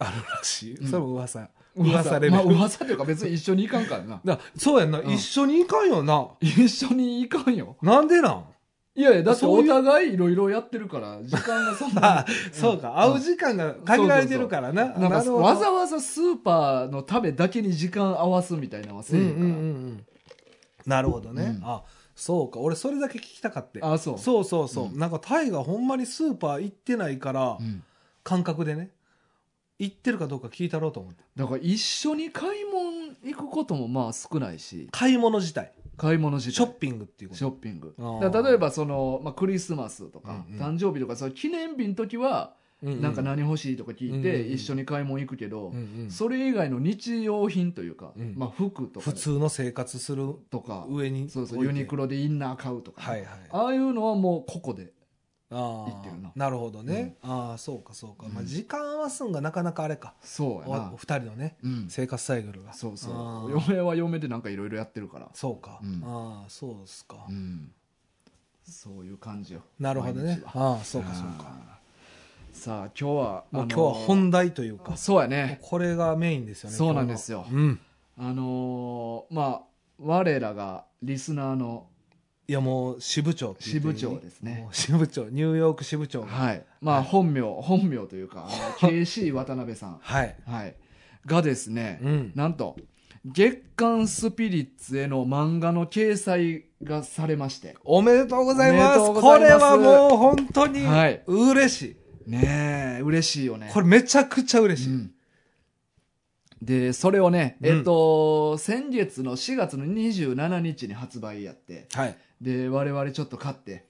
[SPEAKER 2] あるらしい。
[SPEAKER 1] うん
[SPEAKER 2] それも噂。噂レベル。
[SPEAKER 1] まあ、噂というか別に一緒に行かんから な
[SPEAKER 2] だそうやんな、
[SPEAKER 1] うん
[SPEAKER 2] 一緒に行かんよな。
[SPEAKER 1] 一緒に行かんよ
[SPEAKER 2] なんでなん
[SPEAKER 1] いやいやだって
[SPEAKER 2] そう
[SPEAKER 1] お
[SPEAKER 2] いう
[SPEAKER 1] 互いいろいろやってるから時間がそんな
[SPEAKER 2] あ そうか、会う時間が限られてるからな。
[SPEAKER 1] なんか
[SPEAKER 2] るほど
[SPEAKER 1] わざわざスーパーのためだけに時間合わすみたいなのはせ
[SPEAKER 2] う
[SPEAKER 1] え
[SPEAKER 2] ん
[SPEAKER 1] へん
[SPEAKER 2] うん
[SPEAKER 1] から、
[SPEAKER 2] うんうん。なるほどね。
[SPEAKER 1] うん
[SPEAKER 2] あ、そうか。俺それだけ聞きたかって。
[SPEAKER 1] あそう
[SPEAKER 2] そうそうそう、
[SPEAKER 1] うん
[SPEAKER 2] なんかタイがほんまにスーパー行ってないから、
[SPEAKER 1] うん
[SPEAKER 2] 感覚でね行ってるかどうか聞いたろうと思って
[SPEAKER 1] だから一緒に買い物行くこともまあ少ないし
[SPEAKER 2] 買い物自体
[SPEAKER 1] 買い物自体
[SPEAKER 2] ショッピングっていうこ
[SPEAKER 1] シ
[SPEAKER 2] と
[SPEAKER 1] ョッピング
[SPEAKER 2] あー
[SPEAKER 1] だから例えばその、まあ、クリスマスとか、
[SPEAKER 2] うんうん
[SPEAKER 1] 誕生日とかその記念日の時は、なんか何欲しいとか聞いて、
[SPEAKER 2] うんうん
[SPEAKER 1] 一緒に買い物行くけど、
[SPEAKER 2] うんうん
[SPEAKER 1] それ以外の日用品というか、
[SPEAKER 2] うん
[SPEAKER 1] まあ、服とか
[SPEAKER 2] 普通の生活する
[SPEAKER 1] とか
[SPEAKER 2] 上に
[SPEAKER 1] そうそうユニク
[SPEAKER 2] ロ
[SPEAKER 1] ロでインナー買うとか、
[SPEAKER 2] はいはい
[SPEAKER 1] ああいうのはもうここで
[SPEAKER 2] あー
[SPEAKER 1] 行ってるな
[SPEAKER 2] なるほどね、ああそうかそうか、まあ、
[SPEAKER 1] うん
[SPEAKER 2] 時間合わすんがなかなかあれか、
[SPEAKER 1] そうや
[SPEAKER 2] お
[SPEAKER 1] な
[SPEAKER 2] お、二人のね
[SPEAKER 1] うん、
[SPEAKER 2] 生活サイクルが
[SPEAKER 1] そう
[SPEAKER 2] あ
[SPEAKER 1] そう
[SPEAKER 2] ー
[SPEAKER 1] 嫁は嫁でなんかいろいろやってるから、
[SPEAKER 2] そうか、
[SPEAKER 1] うん
[SPEAKER 2] ああそうですか、
[SPEAKER 1] うん、そういう感じよ
[SPEAKER 2] なるほど
[SPEAKER 1] 毎
[SPEAKER 2] ね
[SPEAKER 1] 日は
[SPEAKER 2] ああそうかそうか
[SPEAKER 1] あーさあ今日は
[SPEAKER 2] もう今日
[SPEAKER 1] あの
[SPEAKER 2] は本題というか、
[SPEAKER 1] そうやね
[SPEAKER 2] これがメインですよね
[SPEAKER 1] そうなんですよ
[SPEAKER 2] 今日のうん
[SPEAKER 1] あのーまあ我らがリスナーの
[SPEAKER 2] いやもう支部長って言ってる
[SPEAKER 1] 支部長ですね
[SPEAKER 2] もう支部長ニューヨーク支部長が
[SPEAKER 1] はいまあ本名本名と いうかあの KC 渡辺さん
[SPEAKER 2] はい
[SPEAKER 1] はいがですね
[SPEAKER 2] うん
[SPEAKER 1] なんと月刊スピリッツへの漫画の掲載がされまして。
[SPEAKER 2] おめでとうございます。
[SPEAKER 1] おめでとうご
[SPEAKER 2] こ
[SPEAKER 1] ざいます
[SPEAKER 2] れはもう本当に
[SPEAKER 1] はい
[SPEAKER 2] 嬉しい。
[SPEAKER 1] ねえ、嬉しいよね。
[SPEAKER 2] これめちゃくちゃ嬉し
[SPEAKER 1] う
[SPEAKER 2] い。
[SPEAKER 1] んで、それをね、
[SPEAKER 2] うん
[SPEAKER 1] えっ、と、先月の4月の27日に発売やって、
[SPEAKER 2] はい。
[SPEAKER 1] で、我々ちょっと買って、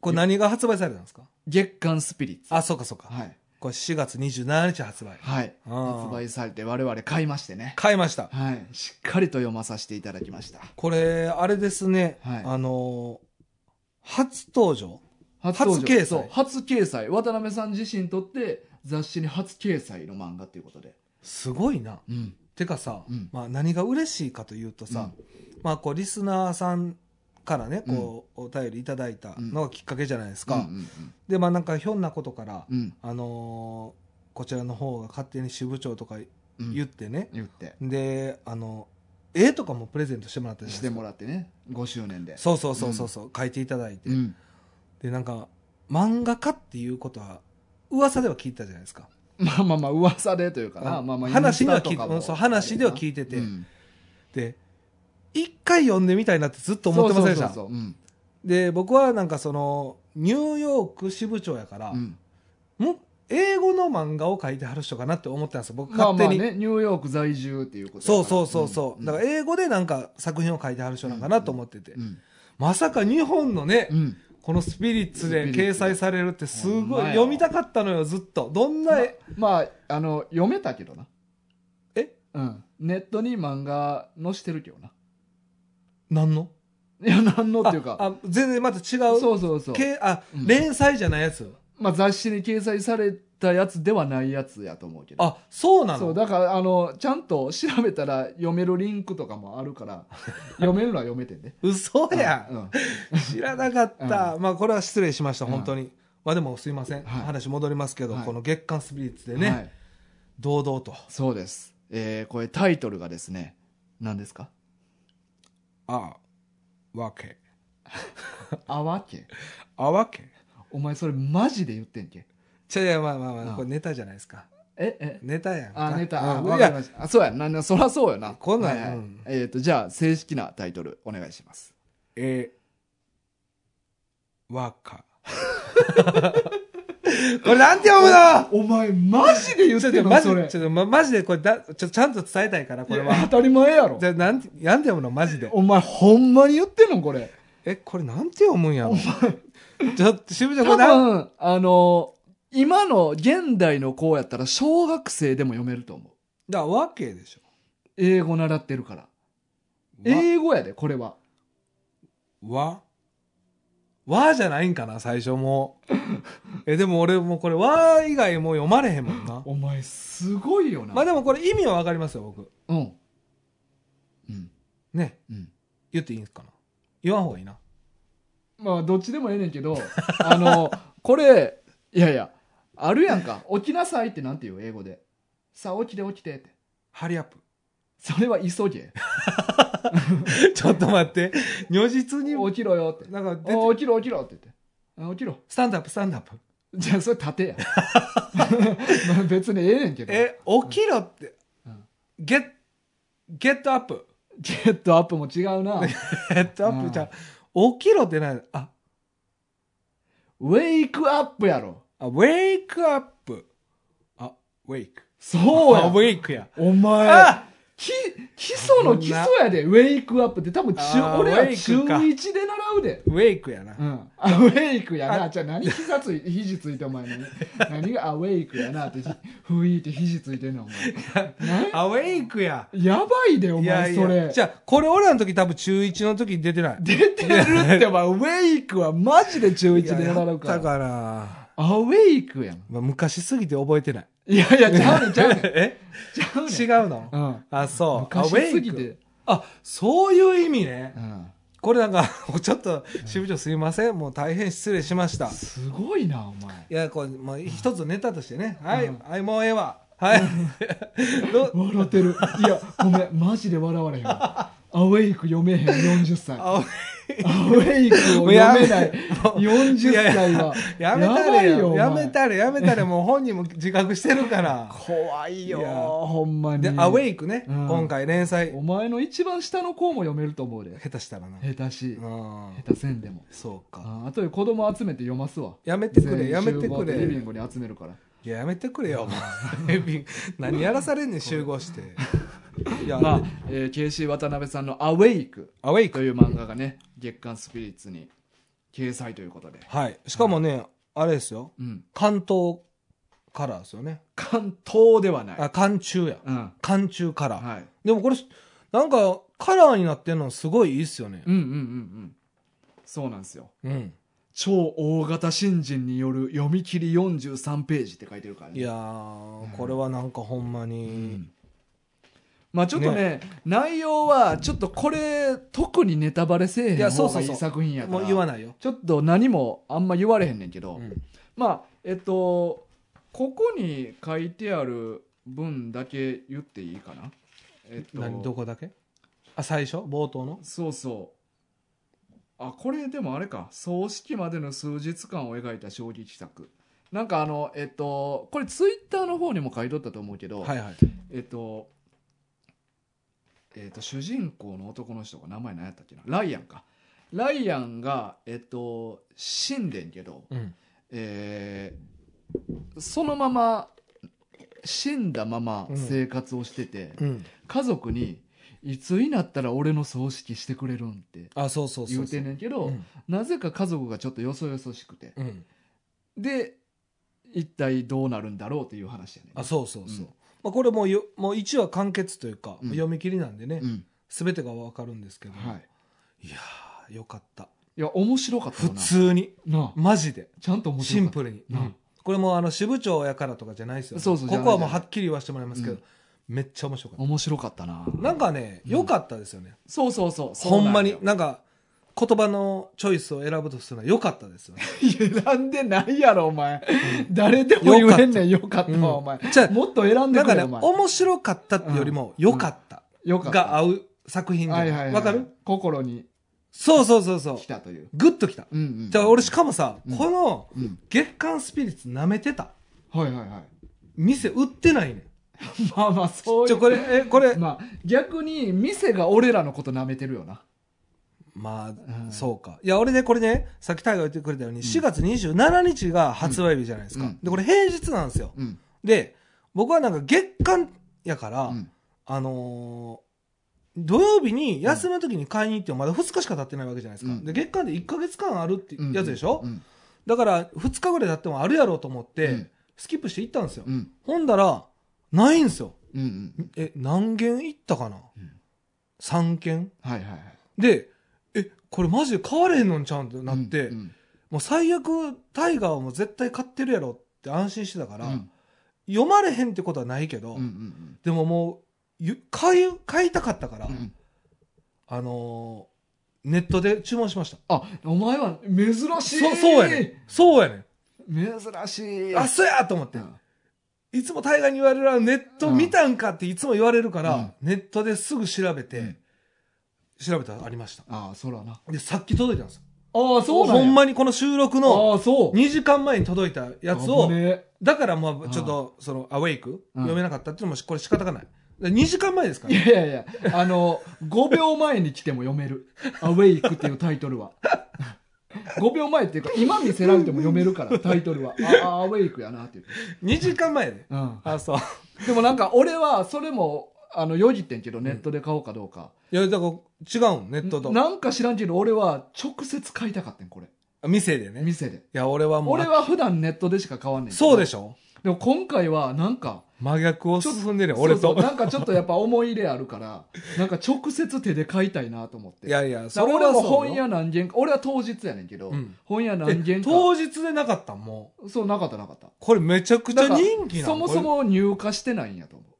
[SPEAKER 2] これ何が発売されたんですか
[SPEAKER 1] 月刊スピリッツ。
[SPEAKER 2] あ、そうかそうか。
[SPEAKER 1] はい。
[SPEAKER 2] これ4月27日発売。
[SPEAKER 1] はい。
[SPEAKER 2] あー
[SPEAKER 1] 発売されて我々買いましてね。
[SPEAKER 2] 買いました。
[SPEAKER 1] はい。しっかりと読まさせていただきました。
[SPEAKER 2] これ、あれですね。
[SPEAKER 1] はい
[SPEAKER 2] あのー初登場
[SPEAKER 1] 登場
[SPEAKER 2] 初掲載
[SPEAKER 1] そう初掲載。渡辺さん自身にとって雑誌に初掲載の漫画っていうことで。
[SPEAKER 2] すごいな。
[SPEAKER 1] うん。
[SPEAKER 2] てかさ、
[SPEAKER 1] うん
[SPEAKER 2] まあ何が嬉しいかというとさ、まあこうリスナーさんからね、こう、お便りいただいたのがきっかけじゃないですか。
[SPEAKER 1] うんうん
[SPEAKER 2] で、まあなんかひょんなことから、
[SPEAKER 1] うんうん
[SPEAKER 2] あのーこちらの方が勝手に支部長とか
[SPEAKER 1] うん
[SPEAKER 2] 言ってね、
[SPEAKER 1] 言って。
[SPEAKER 2] であの絵とかもプレゼントしてもらったじゃな
[SPEAKER 1] し
[SPEAKER 2] い
[SPEAKER 1] て
[SPEAKER 2] です
[SPEAKER 1] も
[SPEAKER 2] から
[SPEAKER 1] ってね。5周年で。
[SPEAKER 2] そうそうそうそうそう、書いていただいて、
[SPEAKER 1] うん。
[SPEAKER 2] でなんか漫画家っていうことは噂では聞いたじゃないですか
[SPEAKER 1] まあまあまあ、噂でというかな。
[SPEAKER 2] うん
[SPEAKER 1] まあまあ、
[SPEAKER 2] 話には聞い
[SPEAKER 1] インスタとかも
[SPEAKER 2] そう話では聞いてて
[SPEAKER 1] うん
[SPEAKER 2] で一回読んでみたいなってずっと思ってませんでした
[SPEAKER 1] そうそうそうそううん
[SPEAKER 2] で僕はなんかそのニューヨーク支部長やから、
[SPEAKER 1] うん
[SPEAKER 2] もう英語の漫画を書いてはる人かなって思ってたんですよ僕
[SPEAKER 1] まあ
[SPEAKER 2] 勝
[SPEAKER 1] ま
[SPEAKER 2] 手
[SPEAKER 1] あ
[SPEAKER 2] に、
[SPEAKER 1] ね、ニューヨーク在住っていうこと
[SPEAKER 2] そうそうそうそう、だから
[SPEAKER 1] え
[SPEAKER 2] 英語でなんか作品を書いてはる人なんかなと思ってて、
[SPEAKER 1] うん
[SPEAKER 2] まさか日本のね、
[SPEAKER 1] うん
[SPEAKER 2] このスピリッツで
[SPEAKER 1] スピリッ
[SPEAKER 2] 掲
[SPEAKER 1] ツで
[SPEAKER 2] 載されるってす
[SPEAKER 1] ほんま
[SPEAKER 2] ごい
[SPEAKER 1] や
[SPEAKER 2] 読みたかったのよずっとどんな絵
[SPEAKER 1] まあ、あの、読めたけどな。
[SPEAKER 2] え
[SPEAKER 1] うん。ネットに漫画載してるけどな。
[SPEAKER 2] 何の
[SPEAKER 1] いや、なんのっていう
[SPEAKER 2] あ
[SPEAKER 1] か。
[SPEAKER 2] あ全然また違う
[SPEAKER 1] そうそうそう。
[SPEAKER 2] けあ、
[SPEAKER 1] うん
[SPEAKER 2] 連載じゃないやつ
[SPEAKER 1] まあ、雑誌に掲載されたやつではないやつやと思うけど。
[SPEAKER 2] あそうな
[SPEAKER 1] そう、
[SPEAKER 2] の
[SPEAKER 1] だから、あの、ちゃんと調べたら読めるリンクとかもあるから、読めるのは読めてね。
[SPEAKER 2] 嘘 や、
[SPEAKER 1] うんうん
[SPEAKER 2] 知らなかった、まあこれは失礼しました
[SPEAKER 1] うん
[SPEAKER 2] 本当に、まあでもすいません、
[SPEAKER 1] はい
[SPEAKER 2] 話戻りますけど、
[SPEAKER 1] はい
[SPEAKER 2] この月刊スピリッツでね、
[SPEAKER 1] はい
[SPEAKER 2] 堂々と
[SPEAKER 1] そうです。えー、これタイトルがですね、何ですか
[SPEAKER 2] あわけ
[SPEAKER 1] あわけ。
[SPEAKER 2] あわけ
[SPEAKER 1] お前それマジで言ってんけ。
[SPEAKER 2] じゃあまあまあまあ、
[SPEAKER 1] うん
[SPEAKER 2] これネタじゃないですか
[SPEAKER 1] え、え、
[SPEAKER 2] ネタやんか
[SPEAKER 1] あ、ネタ、あ、
[SPEAKER 2] うん
[SPEAKER 1] わ
[SPEAKER 2] い
[SPEAKER 1] かりま
[SPEAKER 2] や
[SPEAKER 1] した。あ、そうや、な、な、そらそうやな。
[SPEAKER 2] こんな
[SPEAKER 1] は
[SPEAKER 2] ん
[SPEAKER 1] いはい
[SPEAKER 2] うん
[SPEAKER 1] えっ、と、じゃあ、正式なタイトル、お願いします。
[SPEAKER 2] えー、わか これなんて読むの
[SPEAKER 1] お前、マジで言
[SPEAKER 2] ちょっとマジちょっとまマジでこれだちょっとちゃんと伝えたいからこれは
[SPEAKER 1] 当たり前やろ
[SPEAKER 2] じ。ゃあなんてなんて読むのマジで
[SPEAKER 1] お前、ほんまに言ってんのこれ。
[SPEAKER 2] えこれなんて読むんやろちょっと渋ちゃんこ
[SPEAKER 1] 多
[SPEAKER 2] れなん
[SPEAKER 1] 分、あの、今の現代の子やったら、小学生でも読めると思う。
[SPEAKER 2] だわけでしょ
[SPEAKER 1] 英語習ってるから。英語やで、これは。
[SPEAKER 2] わわわじゃないんかな最初もえでも俺もうこれわ以外もう読まれへんもんな
[SPEAKER 1] お前、すごいよな。
[SPEAKER 2] まあでもこれ意味はわかりますよ僕
[SPEAKER 1] うん。うん。
[SPEAKER 2] ね
[SPEAKER 1] うん。
[SPEAKER 2] 言っていいんすかな言わん方がいいな
[SPEAKER 1] まあ、どっちでもええねん けど、あの、これ、いやいや、あるやんか。起きなさいってなんて言う英語で。さあ、起きて起きてって。
[SPEAKER 2] ハリアップ
[SPEAKER 1] それは急げ。
[SPEAKER 2] ちょっと待って如実に
[SPEAKER 1] 起きろよって。
[SPEAKER 2] なんか出て
[SPEAKER 1] お起きろ起きろって言って。あ起きろ。
[SPEAKER 2] スタンドアップスタンドアップ
[SPEAKER 1] じゃあ、それ立てや。ま あ 別にええねんけど。
[SPEAKER 2] え起きろって、
[SPEAKER 1] うん
[SPEAKER 2] ゲッゲットアップ
[SPEAKER 1] ゲットアップも違うな。
[SPEAKER 2] ゲットアッ
[SPEAKER 1] う
[SPEAKER 2] プ
[SPEAKER 1] ん
[SPEAKER 2] じゃん起きろってないあ
[SPEAKER 1] ウェイクアップやろ。
[SPEAKER 2] あウェイクアップあウェイク
[SPEAKER 1] そう
[SPEAKER 2] あウ
[SPEAKER 1] や。
[SPEAKER 2] ェイクや
[SPEAKER 1] お前。
[SPEAKER 2] あ
[SPEAKER 1] き、基礎の基礎やで、ウェイクアップって多分中
[SPEAKER 2] あー、
[SPEAKER 1] 俺ら
[SPEAKER 2] ウェイ
[SPEAKER 1] 中
[SPEAKER 2] クか
[SPEAKER 1] 1で習うで。
[SPEAKER 2] ウェイクやな、
[SPEAKER 1] うん、アウェイクや
[SPEAKER 2] あ
[SPEAKER 1] な。じゃあ何膝ついて、肘ついてお前に。 何がアウェイクやなって、ひ吹いて肘ついてんのお前。なん
[SPEAKER 2] あウェイクや
[SPEAKER 1] やばいで、お
[SPEAKER 2] いや
[SPEAKER 1] 前
[SPEAKER 2] い
[SPEAKER 1] そ
[SPEAKER 2] や
[SPEAKER 1] れ。
[SPEAKER 2] じゃあこれ俺らの時多分中1の時出てない
[SPEAKER 1] 出てるって、お前、ウェイクはマジで中1で
[SPEAKER 2] や
[SPEAKER 1] 習
[SPEAKER 2] やっ
[SPEAKER 1] うか
[SPEAKER 2] た
[SPEAKER 1] ら。
[SPEAKER 2] から、
[SPEAKER 1] アウェイクやん。
[SPEAKER 2] まあ、昔すぎて覚えてない
[SPEAKER 1] いやいや、ちゃうねん、ちゃうねん。ち
[SPEAKER 2] え
[SPEAKER 1] ゃう ねん。
[SPEAKER 2] 違うの、
[SPEAKER 1] うん。
[SPEAKER 2] あそうあウ
[SPEAKER 1] 昔
[SPEAKER 2] ェ
[SPEAKER 1] す
[SPEAKER 2] イ
[SPEAKER 1] ぎ
[SPEAKER 2] ク
[SPEAKER 1] て。
[SPEAKER 2] あそういう意味ね
[SPEAKER 1] うん。
[SPEAKER 2] これなんか ちょっと支部長すいませんもう大変失礼しました
[SPEAKER 1] すごいな、お前。
[SPEAKER 2] いや、こう、まあ、一つネタとしてね。はい、
[SPEAKER 1] うん
[SPEAKER 2] はい、もうええわ。はい。 ど
[SPEAKER 1] 笑ってる。いや、ごめん、マジで笑われへんわ。アウェイク読めへん、40歳。
[SPEAKER 2] あ
[SPEAKER 1] アウェイクを読めない。40歳は。
[SPEAKER 2] やめたれ
[SPEAKER 1] やばいよ
[SPEAKER 2] よ。
[SPEAKER 1] お前
[SPEAKER 2] やめたれ、やめたれ。もう本人も自覚してるから。
[SPEAKER 1] 怖いよ
[SPEAKER 2] いや
[SPEAKER 1] ほんまに。
[SPEAKER 2] で、アウェイクね、
[SPEAKER 1] うん
[SPEAKER 2] 今回連載、
[SPEAKER 1] お前の一番下の子も読めると思うで。
[SPEAKER 2] 下手したらな。
[SPEAKER 1] 下手し、
[SPEAKER 2] うん
[SPEAKER 1] 下手せんでも。
[SPEAKER 2] そうか。
[SPEAKER 1] ああとで子供集めて読ますわ。
[SPEAKER 2] やめてくれ、やめて
[SPEAKER 1] 全員集合
[SPEAKER 2] く
[SPEAKER 1] でリビ
[SPEAKER 2] れ
[SPEAKER 1] ン。グに集めるから。
[SPEAKER 2] いや、やめてくれよ、もうエビン 何やらされんねん、集 合して。いや、
[SPEAKER 1] まあ、えー、KC 渡辺さんの「アウェイク
[SPEAKER 2] アウェイ」
[SPEAKER 1] と
[SPEAKER 2] ク。
[SPEAKER 1] いう漫画がね月刊スピリッツに掲載ということで、
[SPEAKER 2] はい。しかもね、あれですよ。
[SPEAKER 1] うん、
[SPEAKER 2] 関東カラーですよね。
[SPEAKER 1] 関東ではない、
[SPEAKER 2] あ、関中や。
[SPEAKER 1] うん
[SPEAKER 2] 関中カラー。
[SPEAKER 1] はい、
[SPEAKER 2] でもこれ、なんか、カラーになってんのすごいいいっすよね
[SPEAKER 1] う。んうんうんうんそうなんですよ
[SPEAKER 2] うん。
[SPEAKER 1] 超大型新人による読み切り43ページって書いてるからね
[SPEAKER 2] いやー、これはなんかほんま
[SPEAKER 1] う
[SPEAKER 2] に。
[SPEAKER 1] んまあちょっとね内容はちょっとこれ特にネタバレせえへ
[SPEAKER 2] い
[SPEAKER 1] ん
[SPEAKER 2] やそ
[SPEAKER 1] 方が
[SPEAKER 2] うそう
[SPEAKER 1] い
[SPEAKER 2] そう
[SPEAKER 1] い作品やから
[SPEAKER 2] もう言わないよ。
[SPEAKER 1] ちょっと何もあんま言われへんねんけど、
[SPEAKER 2] うん
[SPEAKER 1] まあえっとここに書いてある文だけ言っていいかなえっと
[SPEAKER 2] 何どこだけあ、最初冒頭の
[SPEAKER 1] そうそうあこれでもあれか葬式までの数日間を描いた衝撃作なんかあのえっとこれツイッターの方にも書いとったと思うけど、
[SPEAKER 2] はいはい。
[SPEAKER 1] えっとえっと主人公の男の人が名前何やったっけなライアンかライアンがえっと死んでんけど、
[SPEAKER 2] うん。
[SPEAKER 1] えーそのまま死んだまま生活をしてて、
[SPEAKER 2] うん。
[SPEAKER 1] 家族に「いつになったら俺の葬式してくれるん?」って
[SPEAKER 2] あ、そうそうそうそ
[SPEAKER 1] 言
[SPEAKER 2] う。
[SPEAKER 1] うてんねんけど
[SPEAKER 2] うん
[SPEAKER 1] なぜか家族がちょっとよそよそしくて
[SPEAKER 2] うん。
[SPEAKER 1] で一体どうなるんだろうっていう話やねん
[SPEAKER 2] あ、そうそうそ
[SPEAKER 1] うん。
[SPEAKER 2] うまあこれもうよ、もう1話完結というか、
[SPEAKER 1] うん
[SPEAKER 2] 読み切りなんでね
[SPEAKER 1] う、ん
[SPEAKER 2] すべてがわかるんですけど。
[SPEAKER 1] はい、
[SPEAKER 2] いやー、よかった。
[SPEAKER 1] いや面白かった
[SPEAKER 2] 普
[SPEAKER 1] よな
[SPEAKER 2] 通に。
[SPEAKER 1] なあ
[SPEAKER 2] マジで。
[SPEAKER 1] ちゃんと面白
[SPEAKER 2] シ
[SPEAKER 1] か
[SPEAKER 2] ン
[SPEAKER 1] った
[SPEAKER 2] プルに、
[SPEAKER 1] うん
[SPEAKER 2] これもあの支部長やからとかじゃないですよ、
[SPEAKER 1] そうそう
[SPEAKER 2] ここはもう
[SPEAKER 1] じゃないじゃな
[SPEAKER 2] はいっきり言わせてもらいますけど、
[SPEAKER 1] うん
[SPEAKER 2] めっちゃ面白かっ
[SPEAKER 1] 面白かったな
[SPEAKER 2] たなんかね
[SPEAKER 1] うん
[SPEAKER 2] 良かったですよね、
[SPEAKER 1] そうそうそうそう
[SPEAKER 2] ほん
[SPEAKER 1] な
[SPEAKER 2] まに
[SPEAKER 1] よ
[SPEAKER 2] なんか言葉のチョイスを選ぶとするのは良かったですよね
[SPEAKER 1] 選んでないやろお前誰でも言えんねんよかった
[SPEAKER 2] うん
[SPEAKER 1] わお前
[SPEAKER 2] じゃあ
[SPEAKER 1] もっと選ん
[SPEAKER 2] な
[SPEAKER 1] で
[SPEAKER 2] ん
[SPEAKER 1] く
[SPEAKER 2] か
[SPEAKER 1] れ
[SPEAKER 2] ね
[SPEAKER 1] お前
[SPEAKER 2] 面白かったってよりも良かった
[SPEAKER 1] よかった
[SPEAKER 2] が合う作品じゃ
[SPEAKER 1] は
[SPEAKER 2] ないい
[SPEAKER 1] は
[SPEAKER 2] わ、
[SPEAKER 1] いはい
[SPEAKER 2] かる
[SPEAKER 1] 心に
[SPEAKER 2] そうそうそうそう
[SPEAKER 1] 来たという
[SPEAKER 2] グッときた、
[SPEAKER 1] うんうん
[SPEAKER 2] じゃあ俺しかもさ、
[SPEAKER 1] うん
[SPEAKER 2] この
[SPEAKER 1] うん
[SPEAKER 2] 月刊スピリッツ舐めてた
[SPEAKER 1] はいはいはい
[SPEAKER 2] 店売ってないねん
[SPEAKER 1] まあまあそう
[SPEAKER 2] ち
[SPEAKER 1] い
[SPEAKER 2] ょこ
[SPEAKER 1] う
[SPEAKER 2] れえこれ
[SPEAKER 1] まあ逆に店が俺らのこと舐めてるよな
[SPEAKER 2] まあ、
[SPEAKER 1] うん
[SPEAKER 2] そうか。いや、俺ね、これね、さっきタイが言ってくれたように、4月27日が発売日じゃないですか。
[SPEAKER 1] うん
[SPEAKER 2] で、これ平日なんですよ。
[SPEAKER 1] うん
[SPEAKER 2] で、僕はなんか月間やから、
[SPEAKER 1] うん
[SPEAKER 2] あのー土曜日に休みの時に買いに行ってもまだ2日しか経ってないわけじゃないですか。
[SPEAKER 1] うん
[SPEAKER 2] で、月間で1ヶ月間あるって
[SPEAKER 1] うん
[SPEAKER 2] やつでしょ、
[SPEAKER 1] うん
[SPEAKER 2] だから、2日ぐらい経ってもあるやろうと思って、
[SPEAKER 1] うん
[SPEAKER 2] スキップして行ったんですよ。
[SPEAKER 1] うん
[SPEAKER 2] ほんだら、ないんですよ。
[SPEAKER 1] うんうん
[SPEAKER 2] え、何件行ったかな、
[SPEAKER 1] ん
[SPEAKER 2] ?3 件
[SPEAKER 1] はいはいはい
[SPEAKER 2] で、え、これマジで買われへんのんちゃうんってなって、
[SPEAKER 1] うんうん
[SPEAKER 2] もう最悪タイガーはもう絶対買ってるやろって安心してたから、
[SPEAKER 1] うん
[SPEAKER 2] 読まれへんってことはないけど、
[SPEAKER 1] うんうん
[SPEAKER 2] でももうゆ買い買いたかったから、
[SPEAKER 1] うんうん
[SPEAKER 2] あのーネットで注文しました、
[SPEAKER 1] あお前は珍しい
[SPEAKER 2] そうそうやねんそうやね
[SPEAKER 1] 珍しい
[SPEAKER 2] んあそうやと思って、いつもタイガーに言われるあのネット見たんかっていつも言われるから、
[SPEAKER 1] うん
[SPEAKER 2] ネットですぐ調べて、
[SPEAKER 1] うん
[SPEAKER 2] 調べたらありました
[SPEAKER 1] ああそらな
[SPEAKER 2] でさっき届いたんですよ
[SPEAKER 1] ああそうなんや
[SPEAKER 2] ほんまにこの収録の
[SPEAKER 1] ああそう
[SPEAKER 2] 2時間前に届いたやつを
[SPEAKER 1] 危ねえ
[SPEAKER 2] だからまあちょっとそのアウェイク
[SPEAKER 1] うん
[SPEAKER 2] 読めなかったっていうのもこれ仕方がない2時間前ですから
[SPEAKER 1] いや
[SPEAKER 2] ね
[SPEAKER 1] いやいや、あの、5秒前に来ても読める。アウェイクっていうタイトルは。5秒前っていうか、今見せられても読めるから、タイトルは。ああ、アウェイクやなっていう。
[SPEAKER 2] 2時間前 で
[SPEAKER 1] うん。
[SPEAKER 2] あそう
[SPEAKER 1] でもなんか、俺は、それも、あの、よぎってんけど、ネットで買おうかどうか。
[SPEAKER 2] いやだから違うんネットと
[SPEAKER 1] なんか知らんけど、俺は直接買いたかったん、これ。
[SPEAKER 2] 店でねい
[SPEAKER 1] 店で。
[SPEAKER 2] や俺はもう
[SPEAKER 1] 俺は普段ネットでしか買わんねん。
[SPEAKER 2] そうでし
[SPEAKER 1] ょ。
[SPEAKER 2] ょ
[SPEAKER 1] でも今回は、なんか、
[SPEAKER 2] 真逆を進んでるよ
[SPEAKER 1] そう
[SPEAKER 2] 俺
[SPEAKER 1] そ
[SPEAKER 2] と
[SPEAKER 1] うなんかちょっとやっぱ思い入れあるから、 なんか直接手で買いたいなと思って。
[SPEAKER 2] いやいや
[SPEAKER 1] だ
[SPEAKER 2] そ
[SPEAKER 1] か
[SPEAKER 2] れ
[SPEAKER 1] ら俺
[SPEAKER 2] は
[SPEAKER 1] も
[SPEAKER 2] そう
[SPEAKER 1] 本
[SPEAKER 2] よ
[SPEAKER 1] 屋何軒か俺は当日やねんけど、
[SPEAKER 2] うん
[SPEAKER 1] 本屋何
[SPEAKER 2] え
[SPEAKER 1] 軒か
[SPEAKER 2] 当日でなかったんもう
[SPEAKER 1] そうなかったなかった
[SPEAKER 2] これめちゃくちゃ人気な
[SPEAKER 1] そ
[SPEAKER 2] の
[SPEAKER 1] もそも入荷してないんやと思う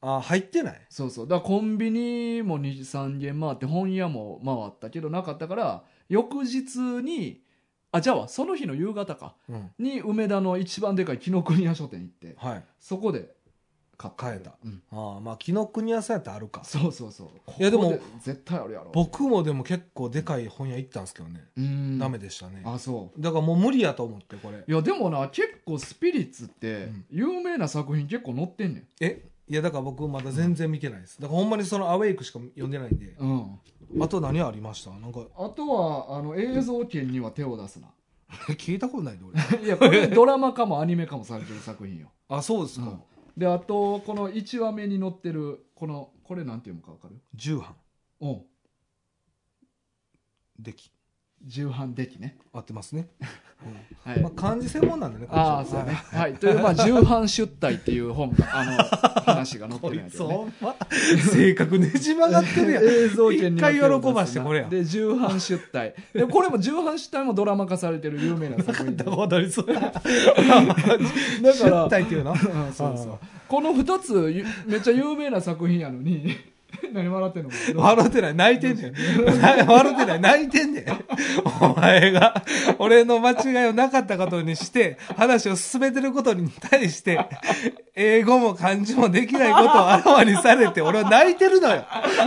[SPEAKER 2] あ入ってない
[SPEAKER 1] そうそうだからコンビニも23軒回って本屋も回ったけどなかったから翌日にあじゃあその日の夕方か
[SPEAKER 2] うん
[SPEAKER 1] に梅田の一番でかい紀ノ国屋書店行って
[SPEAKER 2] はい
[SPEAKER 1] そこで買って
[SPEAKER 2] 買えた。
[SPEAKER 1] うん
[SPEAKER 2] ああ、まあ、紀ノ国屋さんやったらあるか。
[SPEAKER 1] そうそうそう
[SPEAKER 2] いやでも
[SPEAKER 1] ここ絶対あるやろ
[SPEAKER 2] 僕もでも結構でかい本屋行ったんですけどね。
[SPEAKER 1] うん
[SPEAKER 2] ダメでしたね。
[SPEAKER 1] あそ
[SPEAKER 2] だからもう無理やと思って、これ
[SPEAKER 1] う。いやでもな結構スピリッツって
[SPEAKER 2] うん
[SPEAKER 1] 有名な作品結構載ってんねん
[SPEAKER 2] えいや、だから僕まだ全然見てないです。だからほんまにそのアウェイクしか読んでないんで。
[SPEAKER 1] うん
[SPEAKER 2] あと何ありましたなんか、
[SPEAKER 1] あとはあの映像権には手を出すな
[SPEAKER 2] 聞いたことないで俺。
[SPEAKER 1] いやこれドラマかもアニメかもされてる作品よ
[SPEAKER 2] あ、そうです
[SPEAKER 1] う
[SPEAKER 2] か。
[SPEAKER 1] んであとこの1話目に載ってるこのこれなんていうのか分かる
[SPEAKER 2] 重版。
[SPEAKER 1] うん
[SPEAKER 2] でき。
[SPEAKER 1] 重版できね、
[SPEAKER 2] 合ってます ね。
[SPEAKER 1] はい
[SPEAKER 2] うんまあ、漢字専門なんでね、こっちは
[SPEAKER 1] ああそうね。はい、というまあ重版出題っていう本があの話が載って
[SPEAKER 2] こ
[SPEAKER 1] るんや
[SPEAKER 2] い
[SPEAKER 1] け
[SPEAKER 2] つ
[SPEAKER 1] どね
[SPEAKER 2] ほんま、性格ねじ曲がって るやん。
[SPEAKER 1] 映像権には手を出すな
[SPEAKER 2] 一回喜ばしてこれや
[SPEAKER 1] で重版出題でこれも重版出題もドラマ化されてる有名な作 品で
[SPEAKER 2] だからりそう。だ
[SPEAKER 1] か
[SPEAKER 2] か
[SPEAKER 1] ら
[SPEAKER 2] 出体っていうの
[SPEAKER 1] うんそうそうこの2つゆめっちゃ有名な作品やのに 何笑ってんのかな
[SPEAKER 2] 笑ってない、泣いてんねん。 笑ってない、泣いてんねん。お前が、俺の間違いをなかったことにして、話を進めてることに対して、英語も漢字もできないことをあらわにされて、俺は泣いてるのよ。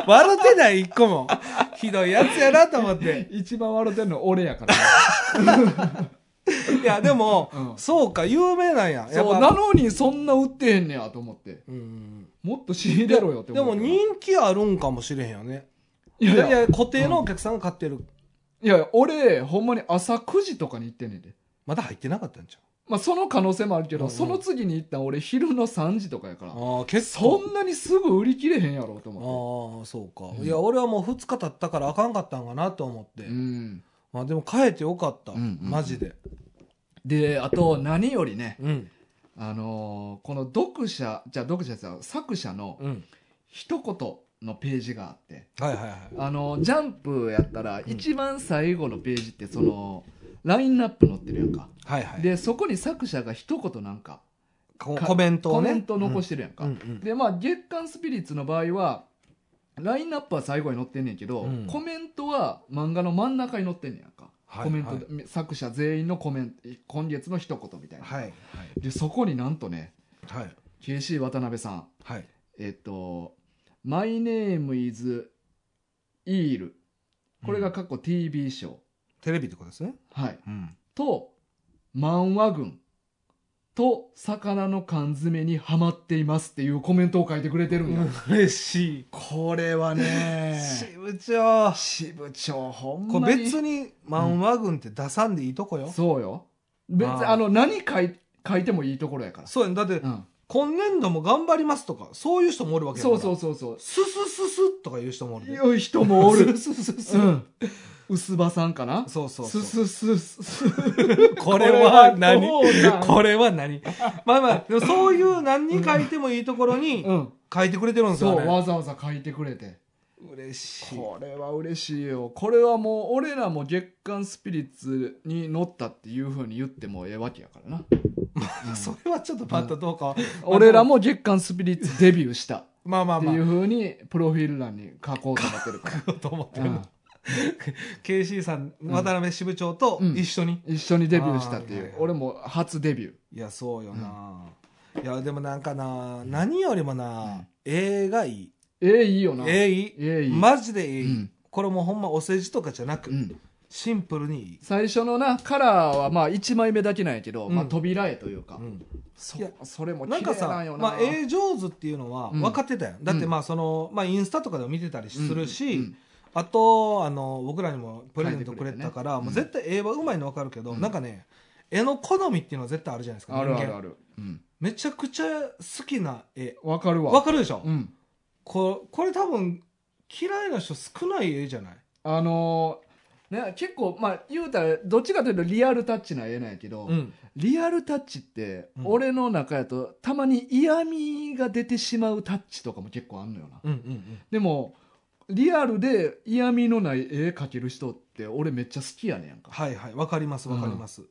[SPEAKER 2] 笑ってない、一個も。ひどいやつやなと思って。
[SPEAKER 1] 一番笑ってんの俺や から
[SPEAKER 2] いや、でも、
[SPEAKER 1] うん
[SPEAKER 2] そうか、有名なんや。やっ
[SPEAKER 1] そう
[SPEAKER 2] ぱ
[SPEAKER 1] なのにそんな売ってへんねやと思って
[SPEAKER 2] うん
[SPEAKER 1] もっと仕入れろよって
[SPEAKER 2] で
[SPEAKER 1] 思
[SPEAKER 2] も
[SPEAKER 1] うけど
[SPEAKER 2] 人気あるんかもしれへんよね。
[SPEAKER 1] いやいやいや
[SPEAKER 2] 固定のお客さんが買ってる。
[SPEAKER 1] 俺ほんまに朝9時とかに行ってんねんで
[SPEAKER 2] まだ入ってなかったんちゃ
[SPEAKER 1] まあその可能性もあるけど、
[SPEAKER 2] うんうん
[SPEAKER 1] その次に行ったん俺昼の3時とかやから
[SPEAKER 2] うああ、結
[SPEAKER 1] そんなにすぐ売り切れへんやろと思っ
[SPEAKER 2] ああ、そうか。
[SPEAKER 1] うん
[SPEAKER 2] いや、俺はもう2日経ったからあかんかったんかなと思って。
[SPEAKER 1] てうん
[SPEAKER 2] まあでも帰ってよかった。
[SPEAKER 1] うんうんうん
[SPEAKER 2] マジで。
[SPEAKER 1] であと何よりね
[SPEAKER 2] うん。
[SPEAKER 1] あのーこの読者じゃあ読者さ作者の
[SPEAKER 2] うん。
[SPEAKER 1] 一言のページがあって
[SPEAKER 2] はいはいはい。
[SPEAKER 1] あのジャンプやったら
[SPEAKER 2] ん
[SPEAKER 1] 一番最後のページってその、ラインナップ載ってるやんか、
[SPEAKER 2] はいはい。
[SPEAKER 1] でそこに作者が一言なんか
[SPEAKER 2] コ
[SPEAKER 1] か
[SPEAKER 2] コメント
[SPEAKER 1] コ
[SPEAKER 2] をね。
[SPEAKER 1] メント残しててるやんか、
[SPEAKER 2] うんうん
[SPEAKER 1] でまあ月刊スピリッツの場合はラインナップは最後に載ってんねんけど、
[SPEAKER 2] うん
[SPEAKER 1] コメントは漫画の真ん中に載ってんねんやんか、
[SPEAKER 2] はい
[SPEAKER 1] コメント、
[SPEAKER 2] はい
[SPEAKER 1] 作者全員のコメント今月の一言みたいな、
[SPEAKER 2] はいはい。
[SPEAKER 1] でそこになんとね
[SPEAKER 2] はい。
[SPEAKER 1] KC 渡辺さん
[SPEAKER 2] はい。
[SPEAKER 1] えっと「My name is Eel」これが過去 TV ショー、
[SPEAKER 2] テレビってことですね。
[SPEAKER 1] はい、
[SPEAKER 2] うん。
[SPEAKER 1] と漫画群と魚の缶詰にはまっていますっていうコメントを書いてくれてるんや、
[SPEAKER 2] 嬉し
[SPEAKER 1] これはね
[SPEAKER 2] い。支部長。
[SPEAKER 1] 支部長ほん
[SPEAKER 2] こ
[SPEAKER 1] ま
[SPEAKER 2] れ
[SPEAKER 1] に
[SPEAKER 2] 別に漫画群って出さんでいいとこよ。
[SPEAKER 1] そうよ別に
[SPEAKER 2] あー
[SPEAKER 1] あの何書い書いてもいいところやから
[SPEAKER 2] そうやん。だって
[SPEAKER 1] う、ん、
[SPEAKER 2] 今年度も頑張りますとか、そういう人もおるわけやか
[SPEAKER 1] そ
[SPEAKER 2] ら
[SPEAKER 1] うそうそうそう
[SPEAKER 2] ススススとか言う人もおるで。
[SPEAKER 1] 良い人もおる、
[SPEAKER 2] スススス。
[SPEAKER 1] うん、薄葉さんかな
[SPEAKER 2] そうそうそう
[SPEAKER 1] す。すすすす
[SPEAKER 2] これは
[SPEAKER 1] こ
[SPEAKER 2] 何
[SPEAKER 1] れはどうなん
[SPEAKER 2] これは何まあまあ、でもそういう何に書いてもいいところに
[SPEAKER 1] うん、
[SPEAKER 2] 書いてくれてるんです
[SPEAKER 1] そ
[SPEAKER 2] よ
[SPEAKER 1] う
[SPEAKER 2] ね。
[SPEAKER 1] わざわざ書いてくれて
[SPEAKER 2] 嬉しい。
[SPEAKER 1] これは嬉しいよこれはもう俺らも月刊スピリッツに乗ったっていうふうに言ってもええわけやからな、 うん
[SPEAKER 2] それはちょっとパッとどうかは。
[SPEAKER 1] 俺ら
[SPEAKER 2] も。
[SPEAKER 1] も月刊スピリッツデビューした
[SPEAKER 2] まあまあ
[SPEAKER 1] って
[SPEAKER 2] ま
[SPEAKER 1] いう
[SPEAKER 2] あ。
[SPEAKER 1] ふうにプロフィール欄に書こうと思ってるから、
[SPEAKER 2] と思って
[SPEAKER 1] う
[SPEAKER 2] る
[SPEAKER 1] ん
[SPEAKER 2] の。KC さん、渡辺支部長と一緒に。
[SPEAKER 1] 一緒にデビューしたってい
[SPEAKER 2] あーは
[SPEAKER 1] う
[SPEAKER 2] いはい
[SPEAKER 1] 俺も初デビュー
[SPEAKER 2] いや、そうよな。いや、でもなんかな、何よりもな、映画いい。
[SPEAKER 1] ええいいよなえ
[SPEAKER 2] えいい。
[SPEAKER 1] えいい、
[SPEAKER 2] マジでいうい
[SPEAKER 1] ん。
[SPEAKER 2] これもうほんまお世辞とかじゃな
[SPEAKER 1] う
[SPEAKER 2] く、
[SPEAKER 1] ん、
[SPEAKER 2] シンプルにいい。
[SPEAKER 1] 最初のなカラーはまあ1枚目だけなんやけど、
[SPEAKER 2] うん
[SPEAKER 1] まあ、扉絵というか、
[SPEAKER 2] うん
[SPEAKER 1] そ
[SPEAKER 2] いや
[SPEAKER 1] それも綺
[SPEAKER 2] なんか
[SPEAKER 1] 麗な
[SPEAKER 2] さ
[SPEAKER 1] んよ、な
[SPEAKER 2] まあ、絵上手っていうのは
[SPEAKER 1] うん
[SPEAKER 2] 分かってたよ、だってまあその、まあ、インスタとかでも見てたりするし、
[SPEAKER 1] うんうん
[SPEAKER 2] あとあの僕らにもプレゼントくれたから
[SPEAKER 1] 書いてくれてね
[SPEAKER 2] もう絶対絵はうまいの分かるけど、
[SPEAKER 1] うん
[SPEAKER 2] なんかね絵の好みっていうのは絶対あるじゃないですか
[SPEAKER 1] あるあるあ
[SPEAKER 2] る
[SPEAKER 1] るうん
[SPEAKER 2] めちゃくちゃ好きな絵
[SPEAKER 1] わ、かるわ
[SPEAKER 2] 分かるでしょ、
[SPEAKER 1] うん
[SPEAKER 2] ここれ多分嫌いな人少ない絵じゃない
[SPEAKER 1] あのーね、結構まあ言うたらどっちかというとリアルタッチな絵なんやけど、
[SPEAKER 2] うん
[SPEAKER 1] リアルタッチって
[SPEAKER 2] うん
[SPEAKER 1] 俺の中やとたまに嫌味が出てしまうタッチとかも結構あんのよな
[SPEAKER 2] うんうん
[SPEAKER 1] でもリアルで嫌味のない絵描ける人って俺めっちゃ好きやねんやんか
[SPEAKER 2] はいはい分かります分かります、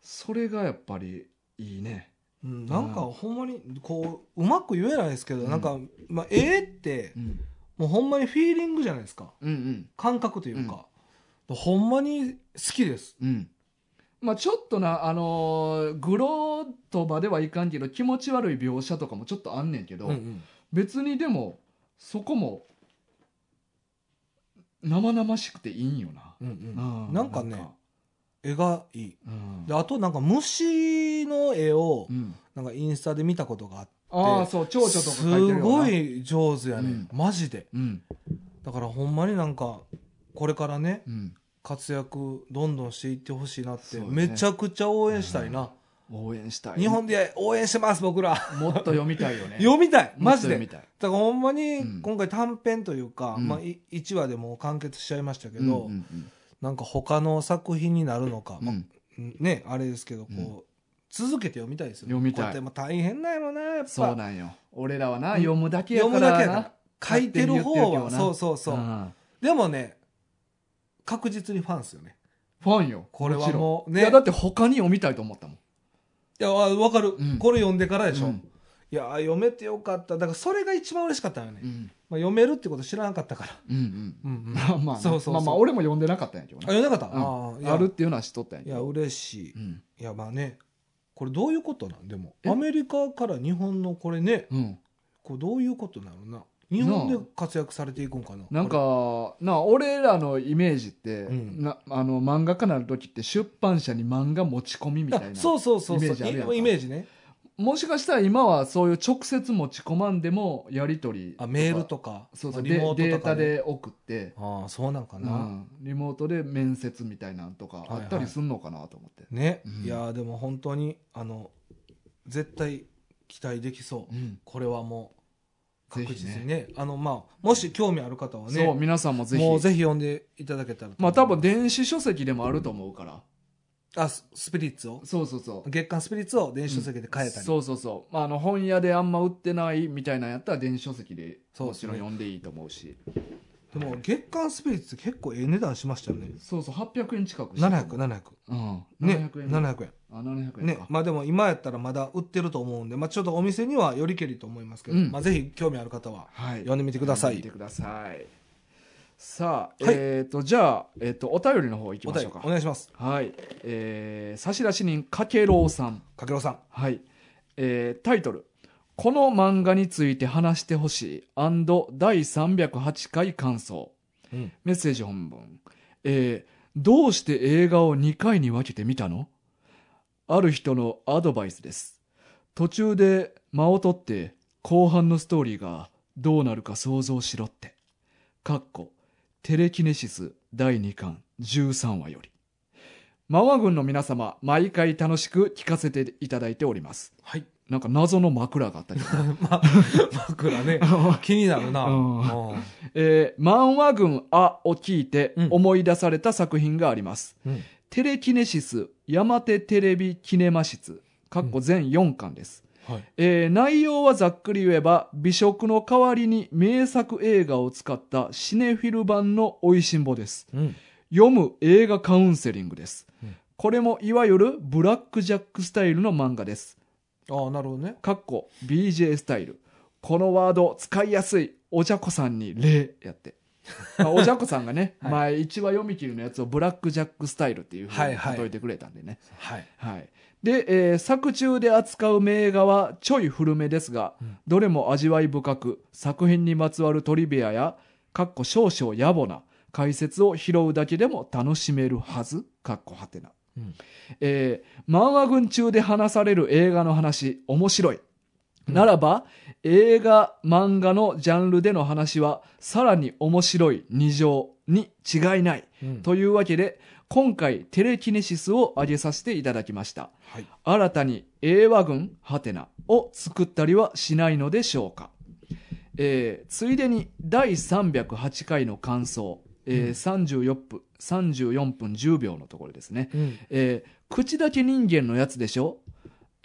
[SPEAKER 1] それがやっぱりいいね
[SPEAKER 2] うんなんかほんまにこううまく言えないですけど、なんか、まあ、絵って
[SPEAKER 1] うん
[SPEAKER 2] もうほんまにフィーリングじゃないですか
[SPEAKER 1] うん
[SPEAKER 2] 感覚というか、ほんまに好きです
[SPEAKER 1] うんまあちょっとなあのーグロ言葉ではいかんけど気持ち悪い描写とかもちょっとあんねんけど、
[SPEAKER 2] うんうん
[SPEAKER 1] 別にでもそこも生々しくていいんよな、
[SPEAKER 2] うんうん
[SPEAKER 1] う
[SPEAKER 2] なんかね絵がいい
[SPEAKER 1] うん
[SPEAKER 2] であとなんか虫の絵を
[SPEAKER 1] うん
[SPEAKER 2] なんかインスタで見たことがあって
[SPEAKER 1] ああそう蝶々とか
[SPEAKER 2] す
[SPEAKER 1] 書いてるよな
[SPEAKER 2] ご、い上手やね、
[SPEAKER 1] うん
[SPEAKER 2] マジで
[SPEAKER 1] うん
[SPEAKER 2] だからほんまになんかこれからね
[SPEAKER 1] うん、
[SPEAKER 2] 活躍どんどんしていってほしいなって、
[SPEAKER 1] そうね
[SPEAKER 2] めちゃくちゃ応援したいな、
[SPEAKER 1] 応援したい
[SPEAKER 2] 日本で応援してます僕ら、
[SPEAKER 1] もっと読みたいよね
[SPEAKER 2] 読みたい
[SPEAKER 1] もっ
[SPEAKER 2] マ
[SPEAKER 1] と
[SPEAKER 2] ジ
[SPEAKER 1] 読
[SPEAKER 2] で
[SPEAKER 1] みたい
[SPEAKER 2] だからほんま
[SPEAKER 1] うん
[SPEAKER 2] に今回短編というか、
[SPEAKER 1] うん
[SPEAKER 2] まあ、い1話でもう完結しちゃいましたけ
[SPEAKER 1] うん
[SPEAKER 2] ど、
[SPEAKER 1] うんうん
[SPEAKER 2] なんか他の作品になるのか、まあ
[SPEAKER 1] うん
[SPEAKER 2] ねあれですけどこう、
[SPEAKER 1] うん
[SPEAKER 2] 続けて読みたいですよ
[SPEAKER 1] 読みたい
[SPEAKER 2] こうやってもう大変だよなやっぱ
[SPEAKER 1] そうなんよ俺らはな
[SPEAKER 2] うん
[SPEAKER 1] 読むだけやか
[SPEAKER 2] 読むだ
[SPEAKER 1] ら
[SPEAKER 2] けや
[SPEAKER 1] な
[SPEAKER 2] から書いてる方は
[SPEAKER 1] 勝手に言ってるけどな
[SPEAKER 2] そうそうそう、
[SPEAKER 1] ん
[SPEAKER 2] でもね確実にファンですよね
[SPEAKER 1] ファンよ
[SPEAKER 2] これは
[SPEAKER 1] ちろん
[SPEAKER 2] もうね
[SPEAKER 1] いやだって他に読みたいと思ったもん
[SPEAKER 2] いやわわかる、
[SPEAKER 1] うん
[SPEAKER 2] これ読んでからでしょ、
[SPEAKER 1] うん
[SPEAKER 2] いや読めてよかっただからそれが一番嬉しかったよね、
[SPEAKER 1] うん
[SPEAKER 2] まあ、読めるってこと知らなかったから、
[SPEAKER 1] うんうん
[SPEAKER 2] うんうん
[SPEAKER 1] まあまあね
[SPEAKER 2] そうそうそう
[SPEAKER 1] まあまあ俺も読んでなかったんやけど
[SPEAKER 2] あ
[SPEAKER 1] ね
[SPEAKER 2] 読んなかった、
[SPEAKER 1] うん
[SPEAKER 2] あーいや
[SPEAKER 1] あるっていうのは知っとったんや
[SPEAKER 2] い
[SPEAKER 1] け
[SPEAKER 2] や
[SPEAKER 1] ど
[SPEAKER 2] 嬉しい、
[SPEAKER 1] うん
[SPEAKER 2] いやまあねこれどういうことなんでも
[SPEAKER 1] え
[SPEAKER 2] アメリカから日本のこれね
[SPEAKER 1] うん
[SPEAKER 2] これどういうことなのな日本で活躍されていくんかな
[SPEAKER 1] なんかな俺らのイメージって、
[SPEAKER 2] うん
[SPEAKER 1] なあの漫画家になる時って出版社に漫画持ち込みみたい
[SPEAKER 2] あ
[SPEAKER 1] な
[SPEAKER 2] そうそうそうそう
[SPEAKER 1] イメージあるやんか
[SPEAKER 2] イメージね
[SPEAKER 1] もしかしたら今はそういう直接持ち込まんでもやり取り
[SPEAKER 2] あメールとか
[SPEAKER 1] そうそう
[SPEAKER 2] リ
[SPEAKER 1] で
[SPEAKER 2] モー
[SPEAKER 1] デ
[SPEAKER 2] ト
[SPEAKER 1] ー
[SPEAKER 2] とか
[SPEAKER 1] タ
[SPEAKER 2] ね、
[SPEAKER 1] で送って、
[SPEAKER 2] ああそうなんか
[SPEAKER 1] う
[SPEAKER 2] な、
[SPEAKER 1] ん、リモートで面接みたいなんとかあったりすんのかなと思って、
[SPEAKER 2] ね、
[SPEAKER 1] うん
[SPEAKER 2] いやーでも本当にあの絶対期待できそう、
[SPEAKER 1] うん
[SPEAKER 2] これはもう
[SPEAKER 1] ぜ
[SPEAKER 2] 確
[SPEAKER 1] ひね
[SPEAKER 2] 実にねあのまあもし興味ある方は
[SPEAKER 1] そう
[SPEAKER 2] ね
[SPEAKER 1] 皆さんもぜひ
[SPEAKER 2] もうぜひ読んでいただけたらと思い
[SPEAKER 1] まあ
[SPEAKER 2] す
[SPEAKER 1] 多分電子書籍でもあると思うから
[SPEAKER 2] あススピリッツを
[SPEAKER 1] そうそうそう
[SPEAKER 2] 月刊スピリッツを電子書籍で買えたり、
[SPEAKER 1] そうそうそう、まあ、あの本屋であんま売ってないみたいなんやったら電子書籍で
[SPEAKER 2] そう
[SPEAKER 1] も
[SPEAKER 2] で
[SPEAKER 1] ち
[SPEAKER 2] す
[SPEAKER 1] ろ
[SPEAKER 2] ね
[SPEAKER 1] ん読んでいいと思うし
[SPEAKER 2] でも月刊スピリッツって結構ええ値段しましたよね
[SPEAKER 1] そうそう800円近くしてた
[SPEAKER 2] 700、700
[SPEAKER 1] うん、
[SPEAKER 2] ね700
[SPEAKER 1] 700
[SPEAKER 2] 円
[SPEAKER 1] 円あ700円
[SPEAKER 2] ね
[SPEAKER 1] か、
[SPEAKER 2] まあでも今やったらまだ売ってると思うんで、まあ、ちょっとお店にはよりけりと思いますけど、
[SPEAKER 1] うん
[SPEAKER 2] まあ、ぜひ興味ある方は
[SPEAKER 1] はい
[SPEAKER 2] 読んでみてください
[SPEAKER 1] 見てくださいさあ、
[SPEAKER 2] はい
[SPEAKER 1] えっ、とじゃあ、えー、とお便りの方いき
[SPEAKER 2] お
[SPEAKER 1] まし
[SPEAKER 2] 便
[SPEAKER 1] ょう
[SPEAKER 2] り
[SPEAKER 1] か
[SPEAKER 2] お願いします
[SPEAKER 1] はい、えー、差出人かけろうさん
[SPEAKER 2] かけろうさん
[SPEAKER 1] はい、えータイトル「この漫画について話してほしい」第308回感想
[SPEAKER 2] うん
[SPEAKER 1] メッセージ本文、えーどうして映画を2回に分けて見たのある人のアドバイスです途中で間を取って後半のストーリーがどうなるか想像しろってかっこテレキネシス第2巻13話よりマワ軍の皆様毎回楽しく聞かせていただいております
[SPEAKER 2] はい
[SPEAKER 1] なんか謎の枕があったりとか
[SPEAKER 2] まあ、 枕ね。 気になるな。
[SPEAKER 1] うん
[SPEAKER 2] うん
[SPEAKER 1] えー、漫画軍あを聞いて
[SPEAKER 2] うん
[SPEAKER 1] 思い出された作品があります、テレキネシス山手テレビキネマ室かっこ全4巻です、
[SPEAKER 2] はい。
[SPEAKER 1] えー内容はざっくり言えば美食の代わりに名作映画を使ったシネフィル版のおいしんぼです読む映画カウンセリングです、
[SPEAKER 2] うん
[SPEAKER 1] これもいわゆるブラックジャックスタイルの漫画です
[SPEAKER 2] ああ、なるほどね。
[SPEAKER 1] かっこ BJ スタイルこのワード使いやすいおじゃこさんに礼やっ て、まあおじゃこさんがね、
[SPEAKER 2] はい
[SPEAKER 1] 前1話読み切りのやつをブラックジャックスタイルっていうふうに例えてくれたんでね、
[SPEAKER 2] はい。
[SPEAKER 1] はい。で、えー作中で扱う名画はちょい古めですが、
[SPEAKER 2] うん
[SPEAKER 1] どれも味わい深く、作品にまつわるトリビアや、かっこ少々野暮な解説を拾うだけでも楽しめるはず、かっこはてな。
[SPEAKER 2] うん
[SPEAKER 1] えー漫画群中で話される映画の話、面白い。
[SPEAKER 2] うん
[SPEAKER 1] ならば、映画、漫画のジャンルでの話は、さらに面白い二乗に違いない。
[SPEAKER 2] と
[SPEAKER 1] というわけで、今回テレキネシスを上げさせていただきました。
[SPEAKER 2] はい。
[SPEAKER 1] 新たに A 和軍ハテナを作ったりはしないのでしょうか。えーついでに第308回の感想、えー34分、34分10秒のところですね。えー口だけ人間のやつでしょ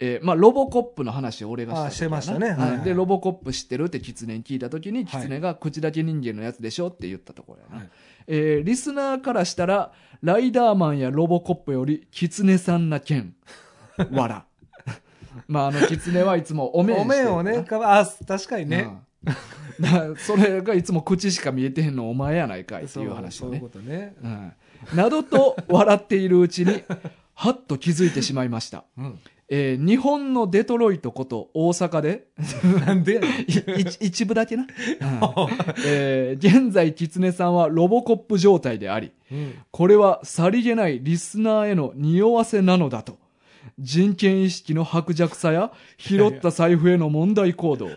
[SPEAKER 1] えーまあ、ロボコップの話を俺がした
[SPEAKER 2] あしてましたね
[SPEAKER 1] はい
[SPEAKER 2] はいはい
[SPEAKER 1] でロボコップ知ってるってキツネに聞いた時にキツネが口だけ人間のやつでしょって言ったところやな、
[SPEAKER 2] はい
[SPEAKER 1] えーリスナーからしたらライダーマンやロボコップよりキツネさんな剣 笑まああのキツネはいつもお面し
[SPEAKER 2] お
[SPEAKER 1] てる
[SPEAKER 2] 面をね、かば、あ、確かにね。
[SPEAKER 1] うんそれがいつも口しか見えてへんのお前やないかいって
[SPEAKER 2] そう
[SPEAKER 1] い
[SPEAKER 2] いうう
[SPEAKER 1] 話
[SPEAKER 2] 話
[SPEAKER 1] を
[SPEAKER 2] そうい
[SPEAKER 1] ね
[SPEAKER 2] うことね。
[SPEAKER 1] うんなどと笑っているうちに、はっと気づいてしまいました。
[SPEAKER 2] うん。
[SPEAKER 1] えー日本のデトロイトこと大阪で、
[SPEAKER 2] なんでやねん
[SPEAKER 1] い一一部だけな、うんえー現在、狐さんはロボコップ状態であり、
[SPEAKER 2] うん
[SPEAKER 1] これはさりげないリスナーへの匂わせなのだと。人権意識の薄弱さや、拾った財布への問題行動、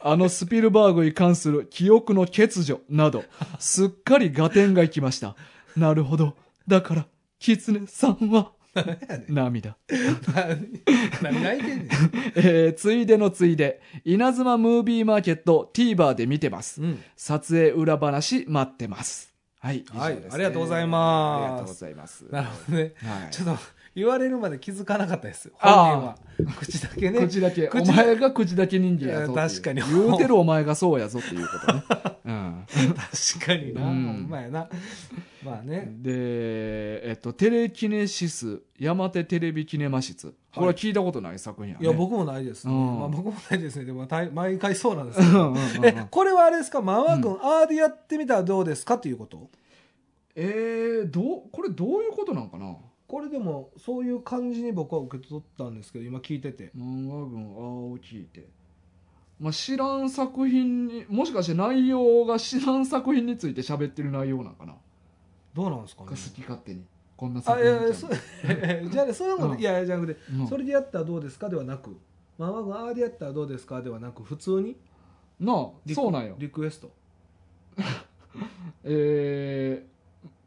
[SPEAKER 1] あのスピルバーグに関する記憶の欠如など、すっかり合点がいきました。なるほど。だから、狐さんは、 涙。
[SPEAKER 2] 何何泣いてんねん。
[SPEAKER 1] えーついでのついで、稲妻ムービーマーケット TVer で見てます。
[SPEAKER 2] うん
[SPEAKER 1] 撮影裏話待ってます。はい、以上
[SPEAKER 2] はい
[SPEAKER 1] ですね
[SPEAKER 2] ありがとうございます
[SPEAKER 1] ありがとうございます。
[SPEAKER 2] なるほどね。
[SPEAKER 1] はい
[SPEAKER 2] ちょっと、言われるまで気づかなかったです。本人
[SPEAKER 1] あ
[SPEAKER 2] は。口だけね。
[SPEAKER 1] 口だけ、
[SPEAKER 2] 口
[SPEAKER 1] お
[SPEAKER 2] だ
[SPEAKER 1] 前が口だけ人間やぞっていう。
[SPEAKER 2] いや確かに
[SPEAKER 1] 言うてるお前がそうやぞっていうこと ね。うん。
[SPEAKER 2] 確かにな。
[SPEAKER 1] う
[SPEAKER 2] ほ
[SPEAKER 1] ん
[SPEAKER 2] んまやな。まあね。
[SPEAKER 1] で、えっと、テレキネシス、山手テレビキネマ室。これは聞いたことない作品や、
[SPEAKER 2] い
[SPEAKER 1] ね。
[SPEAKER 2] や、僕もないですね。
[SPEAKER 1] うん
[SPEAKER 2] まあ僕もないですね。でも、大毎回そうなんで
[SPEAKER 1] う
[SPEAKER 2] すけ
[SPEAKER 1] ん
[SPEAKER 2] ど
[SPEAKER 1] うんうんうん
[SPEAKER 2] え、これはあれですかマワ君、ああでやってみたらどうですかっていうこと
[SPEAKER 1] えー、どう、これどういうことなんかな
[SPEAKER 2] これでも、そういう感じに僕は受け取ったんですけど、今聞いてて。
[SPEAKER 1] 漫画群あを聞いて、まあ、知らん作品にもしかして内容が知らん作品について喋ってる内容なんかな、
[SPEAKER 2] どうなんですかね
[SPEAKER 1] が好き勝手にこんな
[SPEAKER 2] あ、
[SPEAKER 1] 作
[SPEAKER 2] いやい
[SPEAKER 1] 品
[SPEAKER 2] や、
[SPEAKER 1] じゃ
[SPEAKER 2] そじゃあね、そういう こと、
[SPEAKER 1] うん
[SPEAKER 2] いやいや、じゃなくて、
[SPEAKER 1] んうん
[SPEAKER 2] それでやったらどうですかではなく、マワ君、ああでやったらどうですかではなく、普通に
[SPEAKER 1] なあ
[SPEAKER 2] リク
[SPEAKER 1] そうなんよ
[SPEAKER 2] リクエスト。
[SPEAKER 1] えー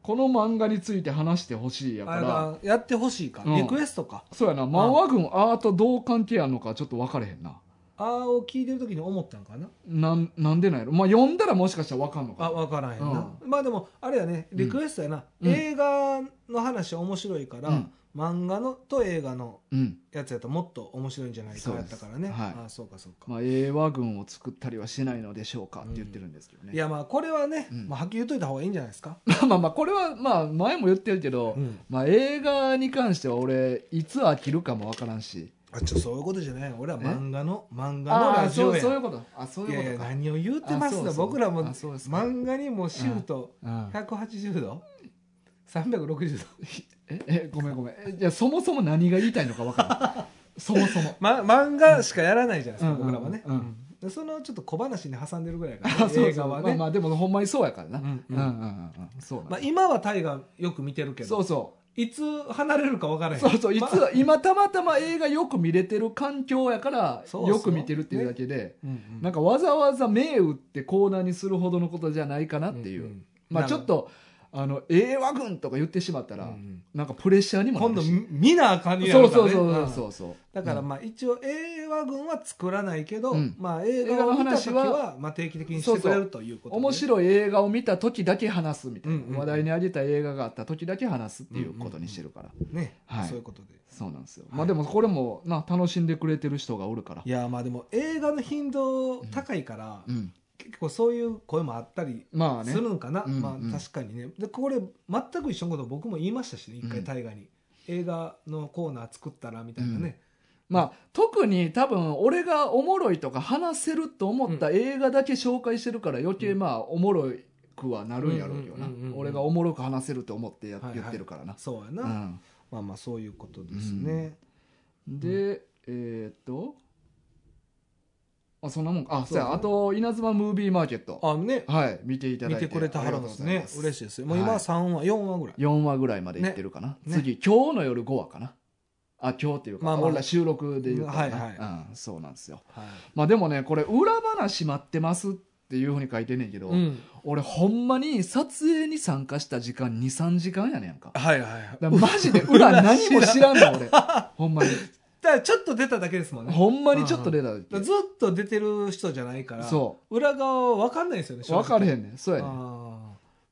[SPEAKER 1] この漫画について話してほしいや
[SPEAKER 2] あ
[SPEAKER 1] か
[SPEAKER 2] や
[SPEAKER 1] ら
[SPEAKER 2] っぱやってほしいか、
[SPEAKER 1] うん
[SPEAKER 2] リクエストか
[SPEAKER 1] そうやな漫画群あーとどう関係あるのかちょっと分かれへんな
[SPEAKER 2] あーを聞いてる時に思ったんかな
[SPEAKER 1] なんなんでなんやろまあ読んだらもしかしたら分かんの
[SPEAKER 2] あ
[SPEAKER 1] か
[SPEAKER 2] 分からへんな、まあでもあれやねリクエストやな、
[SPEAKER 1] うん
[SPEAKER 2] 映画の話は面白いから、
[SPEAKER 1] うん
[SPEAKER 2] 漫画のと映画の
[SPEAKER 1] うん
[SPEAKER 2] やつやともっと面白いんじゃないか
[SPEAKER 1] そう
[SPEAKER 2] や
[SPEAKER 1] で
[SPEAKER 2] っ
[SPEAKER 1] す
[SPEAKER 2] たからね、
[SPEAKER 1] はい
[SPEAKER 2] あーそうかそうか、
[SPEAKER 1] まあ英和群を作ったりはしないのでしょうかって言ってるんですけどね、
[SPEAKER 2] いやまあこれはね、
[SPEAKER 1] うん
[SPEAKER 2] まあ、はっきり言っといた方がいいんじゃないですか、
[SPEAKER 1] ま あまあまあ、これはまあ前も言ってるけど、まあ映画に関しては俺、いつ飽きるかもわからんし。
[SPEAKER 2] あちょそういうことじゃない俺は漫画の漫画の
[SPEAKER 1] あ
[SPEAKER 2] ラ
[SPEAKER 1] あ、
[SPEAKER 2] ジ
[SPEAKER 1] そ
[SPEAKER 2] オ
[SPEAKER 1] う、
[SPEAKER 2] や
[SPEAKER 1] そういうこと。あ、そうい
[SPEAKER 2] い
[SPEAKER 1] うこ
[SPEAKER 2] やい
[SPEAKER 1] と
[SPEAKER 2] や
[SPEAKER 1] か。
[SPEAKER 2] 何を言ってます
[SPEAKER 1] あそ
[SPEAKER 2] の
[SPEAKER 1] うそう
[SPEAKER 2] 僕らも
[SPEAKER 1] あそうですか
[SPEAKER 2] 漫画にもシフト
[SPEAKER 1] うん
[SPEAKER 2] 180度360度
[SPEAKER 1] え、え、ごめんごめん。えじゃあそもそも何が言いたいのかわから ん。そもそも。
[SPEAKER 2] ま、漫画しかやらないじゃないですか、
[SPEAKER 1] うん
[SPEAKER 2] 僕らはね、
[SPEAKER 1] うん
[SPEAKER 2] でそのちょっと小話に挟んでるぐらいや
[SPEAKER 1] あ そう
[SPEAKER 2] から、ね、
[SPEAKER 1] そう
[SPEAKER 2] 映画は
[SPEAKER 1] ま
[SPEAKER 2] ね、
[SPEAKER 1] あまあ、でもほんまにそうやからな。う
[SPEAKER 2] うんん
[SPEAKER 1] う
[SPEAKER 2] うんん
[SPEAKER 1] うんうん。そうなん
[SPEAKER 2] まあ
[SPEAKER 1] だ
[SPEAKER 2] 今はタイがよく見てるけ
[SPEAKER 1] そ
[SPEAKER 2] ど
[SPEAKER 1] うそ
[SPEAKER 2] いつ離れるか分から
[SPEAKER 1] う。
[SPEAKER 2] へん
[SPEAKER 1] そうそう。いつ
[SPEAKER 2] まあ
[SPEAKER 1] は、今たまたま映画よく見れてる環境やから、
[SPEAKER 2] そうそう
[SPEAKER 1] よく見てるっていうだけで、
[SPEAKER 2] うんうん
[SPEAKER 1] なんかわざわざ銘打ってコーナーにするほどのことじゃないかなっていう。
[SPEAKER 2] んん
[SPEAKER 1] まあちょっと、あの、英和軍とか言ってしまった
[SPEAKER 2] うんう
[SPEAKER 1] ら、
[SPEAKER 2] ん
[SPEAKER 1] なんかプレッシャーにも
[SPEAKER 2] 今
[SPEAKER 1] な
[SPEAKER 2] 度
[SPEAKER 1] るし
[SPEAKER 2] み見なあかんにな
[SPEAKER 1] そう
[SPEAKER 2] るか
[SPEAKER 1] そ
[SPEAKER 2] ら、
[SPEAKER 1] う
[SPEAKER 2] ね、
[SPEAKER 1] そうそ
[SPEAKER 2] ん
[SPEAKER 1] うそう。
[SPEAKER 2] だから
[SPEAKER 1] うん
[SPEAKER 2] まあ一応映画群は作らないけど、
[SPEAKER 1] うん
[SPEAKER 2] まあ映
[SPEAKER 1] 映画
[SPEAKER 2] 画
[SPEAKER 1] の
[SPEAKER 2] を見た
[SPEAKER 1] 話
[SPEAKER 2] 時
[SPEAKER 1] は
[SPEAKER 2] はまあ定期的にしてくれるということで
[SPEAKER 1] 面白い映画を見た時だけ話すみたいな、
[SPEAKER 2] うんうんうん
[SPEAKER 1] 話題に挙げた映画があった時だけ話すっていうことにしてるから、
[SPEAKER 2] ね、
[SPEAKER 1] はい
[SPEAKER 2] そういうことで
[SPEAKER 1] そうなんですよ、
[SPEAKER 2] はい
[SPEAKER 1] まあでもこれもな楽しんでくれてる人がおるから
[SPEAKER 2] いやまあでも映画の頻度高いから、
[SPEAKER 1] うん
[SPEAKER 2] 結構そういう声もあったり
[SPEAKER 1] まあね
[SPEAKER 2] するのかな、
[SPEAKER 1] うん
[SPEAKER 2] ま
[SPEAKER 1] うん
[SPEAKER 2] あ確かにねでこれ全く一緒のこと僕も言いましたしね一
[SPEAKER 1] う
[SPEAKER 2] 回
[SPEAKER 1] ん
[SPEAKER 2] 大河に、映画のコーナー作ったらみたいなね、
[SPEAKER 1] まあ特に多分俺がおもろいとか話せると思った映画だけ紹介してるから余計まあおもろくはなるんやろうけどな、
[SPEAKER 2] うんうんうんうんうん
[SPEAKER 1] 俺がおもろく話せると思ってや、
[SPEAKER 2] はいはい
[SPEAKER 1] 言ってるからな、
[SPEAKER 2] そうや
[SPEAKER 1] う
[SPEAKER 2] な、
[SPEAKER 1] ん、
[SPEAKER 2] まあまあそういうことですね、
[SPEAKER 1] で、えーっとあそんなもんかあそ
[SPEAKER 2] そうう
[SPEAKER 1] やあと稲妻ムービーマーケット
[SPEAKER 2] あね
[SPEAKER 1] はい見ていただ
[SPEAKER 2] 見
[SPEAKER 1] いて
[SPEAKER 2] てくれてはるんですね嬉し
[SPEAKER 1] い
[SPEAKER 2] いですよもう今は3話、4話ぐらい
[SPEAKER 1] 4話ぐらいまでいってるかな、
[SPEAKER 2] ね
[SPEAKER 1] 次今日の夜5話かなあ今日っていうか、
[SPEAKER 2] まあまあ
[SPEAKER 1] 俺ら収録で言ったらな、
[SPEAKER 2] はいは
[SPEAKER 1] うん、そうなんですよ
[SPEAKER 2] はい、
[SPEAKER 1] まあでもねこれ裏話待ってますっていうふうに書いてんねんけど、
[SPEAKER 2] うん、
[SPEAKER 1] 俺ほんまに撮影に参加した時間23時間やねん か
[SPEAKER 2] はいはいはい
[SPEAKER 1] だからマジで裏何も知らんの俺ほんまに
[SPEAKER 2] だからちょっと出ただけですもんねだか
[SPEAKER 1] ほんまにちょっと出ただけ
[SPEAKER 2] らずっと出てる人じゃないから
[SPEAKER 1] そう
[SPEAKER 2] 裏側は分かんないですよね
[SPEAKER 1] う。わかれへ
[SPEAKER 2] ん
[SPEAKER 1] んねん。そうやねん。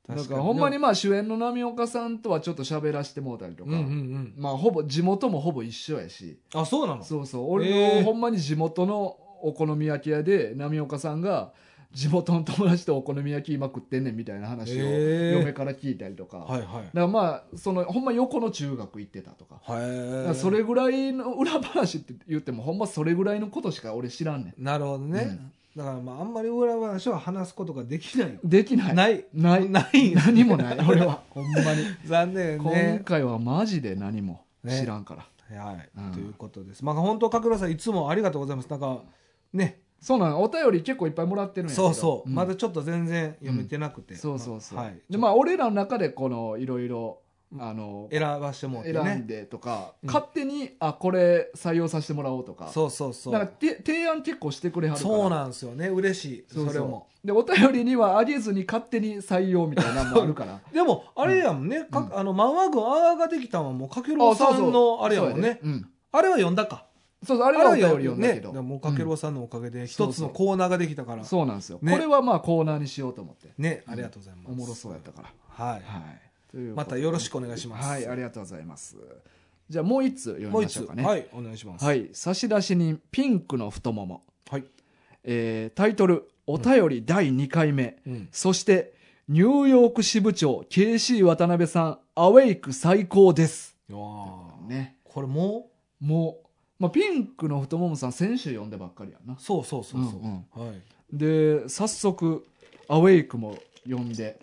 [SPEAKER 2] だ
[SPEAKER 1] だからほんまにまあ主演の浪岡さんとはちょっと喋らせてもうたりと
[SPEAKER 2] う
[SPEAKER 1] か、
[SPEAKER 2] んうんうん
[SPEAKER 1] まあほぼ地元もほぼ一緒やし、
[SPEAKER 2] あそうなの
[SPEAKER 1] そうそう、俺
[SPEAKER 2] へ
[SPEAKER 1] の
[SPEAKER 2] ー
[SPEAKER 1] ほんまに地元のお好み焼き屋で浪岡さんが地元の友達とお好み焼き今食ってんねんみたいな話を
[SPEAKER 2] へー
[SPEAKER 1] 嫁から聞いたりとか、だか
[SPEAKER 2] いはい
[SPEAKER 1] らまあそのほんま横の中学行ってたとか。だ
[SPEAKER 2] は
[SPEAKER 1] か
[SPEAKER 2] い。
[SPEAKER 1] らそれぐらいの裏話って言ってもほんまそれぐらいのことしか俺知らんね
[SPEAKER 2] なるほどね。だからまああんまり裏話は話すことができない。
[SPEAKER 1] んできない
[SPEAKER 2] ない。
[SPEAKER 1] ない
[SPEAKER 2] ない。
[SPEAKER 1] 何もない俺はほんまに
[SPEAKER 2] 残念
[SPEAKER 1] 今
[SPEAKER 2] ね。
[SPEAKER 1] 回はマジで何も知らんから、
[SPEAKER 2] はい、
[SPEAKER 1] うん
[SPEAKER 2] ということです。まあ本当角田さんいつもありがとうございます。なんかね、
[SPEAKER 1] そうなのお便り結構いっぱいもらってるんやけど
[SPEAKER 2] そうそう、
[SPEAKER 1] ん
[SPEAKER 2] まだちょっと全然読めてなくて、
[SPEAKER 1] そうそうそう、
[SPEAKER 2] はい、
[SPEAKER 1] でまあ俺らの中でこのいろいろあの
[SPEAKER 2] 選ばしてもらって
[SPEAKER 1] 選ん
[SPEAKER 2] ね。
[SPEAKER 1] でとか、
[SPEAKER 2] うん
[SPEAKER 1] 勝手にあこれ採用させてもらおうとか
[SPEAKER 2] そうそうそ
[SPEAKER 1] だから
[SPEAKER 2] う。
[SPEAKER 1] て提案結構してくれはるから
[SPEAKER 2] そうなんですよね。嬉しい。
[SPEAKER 1] そう
[SPEAKER 2] そ
[SPEAKER 1] そう
[SPEAKER 2] れも。
[SPEAKER 1] でお便りにはあげずに勝手に採用みたいなのもあるから
[SPEAKER 2] でもあれやもんね。か
[SPEAKER 1] うん
[SPEAKER 2] あのマンワ軍アワーができたのはもうかけろうさんのあれやもん
[SPEAKER 1] そうや
[SPEAKER 2] ね
[SPEAKER 1] で。うん
[SPEAKER 2] あれは読んだか。
[SPEAKER 1] そうそうあれはお便り読んだけど、
[SPEAKER 2] ね、もうかけろうさんのおかげで
[SPEAKER 1] そ
[SPEAKER 2] 一
[SPEAKER 1] う
[SPEAKER 2] つ
[SPEAKER 1] そう
[SPEAKER 2] のコーナーができたから。
[SPEAKER 1] そうなんですよ、
[SPEAKER 2] ね
[SPEAKER 1] これはまあコーナーにしようと思って
[SPEAKER 2] ね、ありがとうございます。
[SPEAKER 1] おもろそうやったから、
[SPEAKER 2] は
[SPEAKER 1] は
[SPEAKER 2] い。
[SPEAKER 1] い、ということ
[SPEAKER 2] ま
[SPEAKER 1] で
[SPEAKER 2] たよろしくお願いします。
[SPEAKER 1] はいありがとうございますじゃあもう一通読み
[SPEAKER 2] もう
[SPEAKER 1] ま
[SPEAKER 2] 一
[SPEAKER 1] しょう
[SPEAKER 2] つ、
[SPEAKER 1] かね
[SPEAKER 2] はい、お願いします。。
[SPEAKER 1] はいい差出人ピンクの太もも、
[SPEAKER 2] はい。
[SPEAKER 1] えータイトル「お便り第2回目」
[SPEAKER 2] うん。
[SPEAKER 1] そしてニューヨーク支部長 KC 渡辺さんアウェイク最高です
[SPEAKER 2] ああ。
[SPEAKER 1] ね
[SPEAKER 2] これも
[SPEAKER 1] もう、まあ、ピンクの太ももさん先週読んでばっかりやな
[SPEAKER 2] う、そうそうそうそう。
[SPEAKER 1] うん
[SPEAKER 2] はい。
[SPEAKER 1] で早速アウェイクも読んで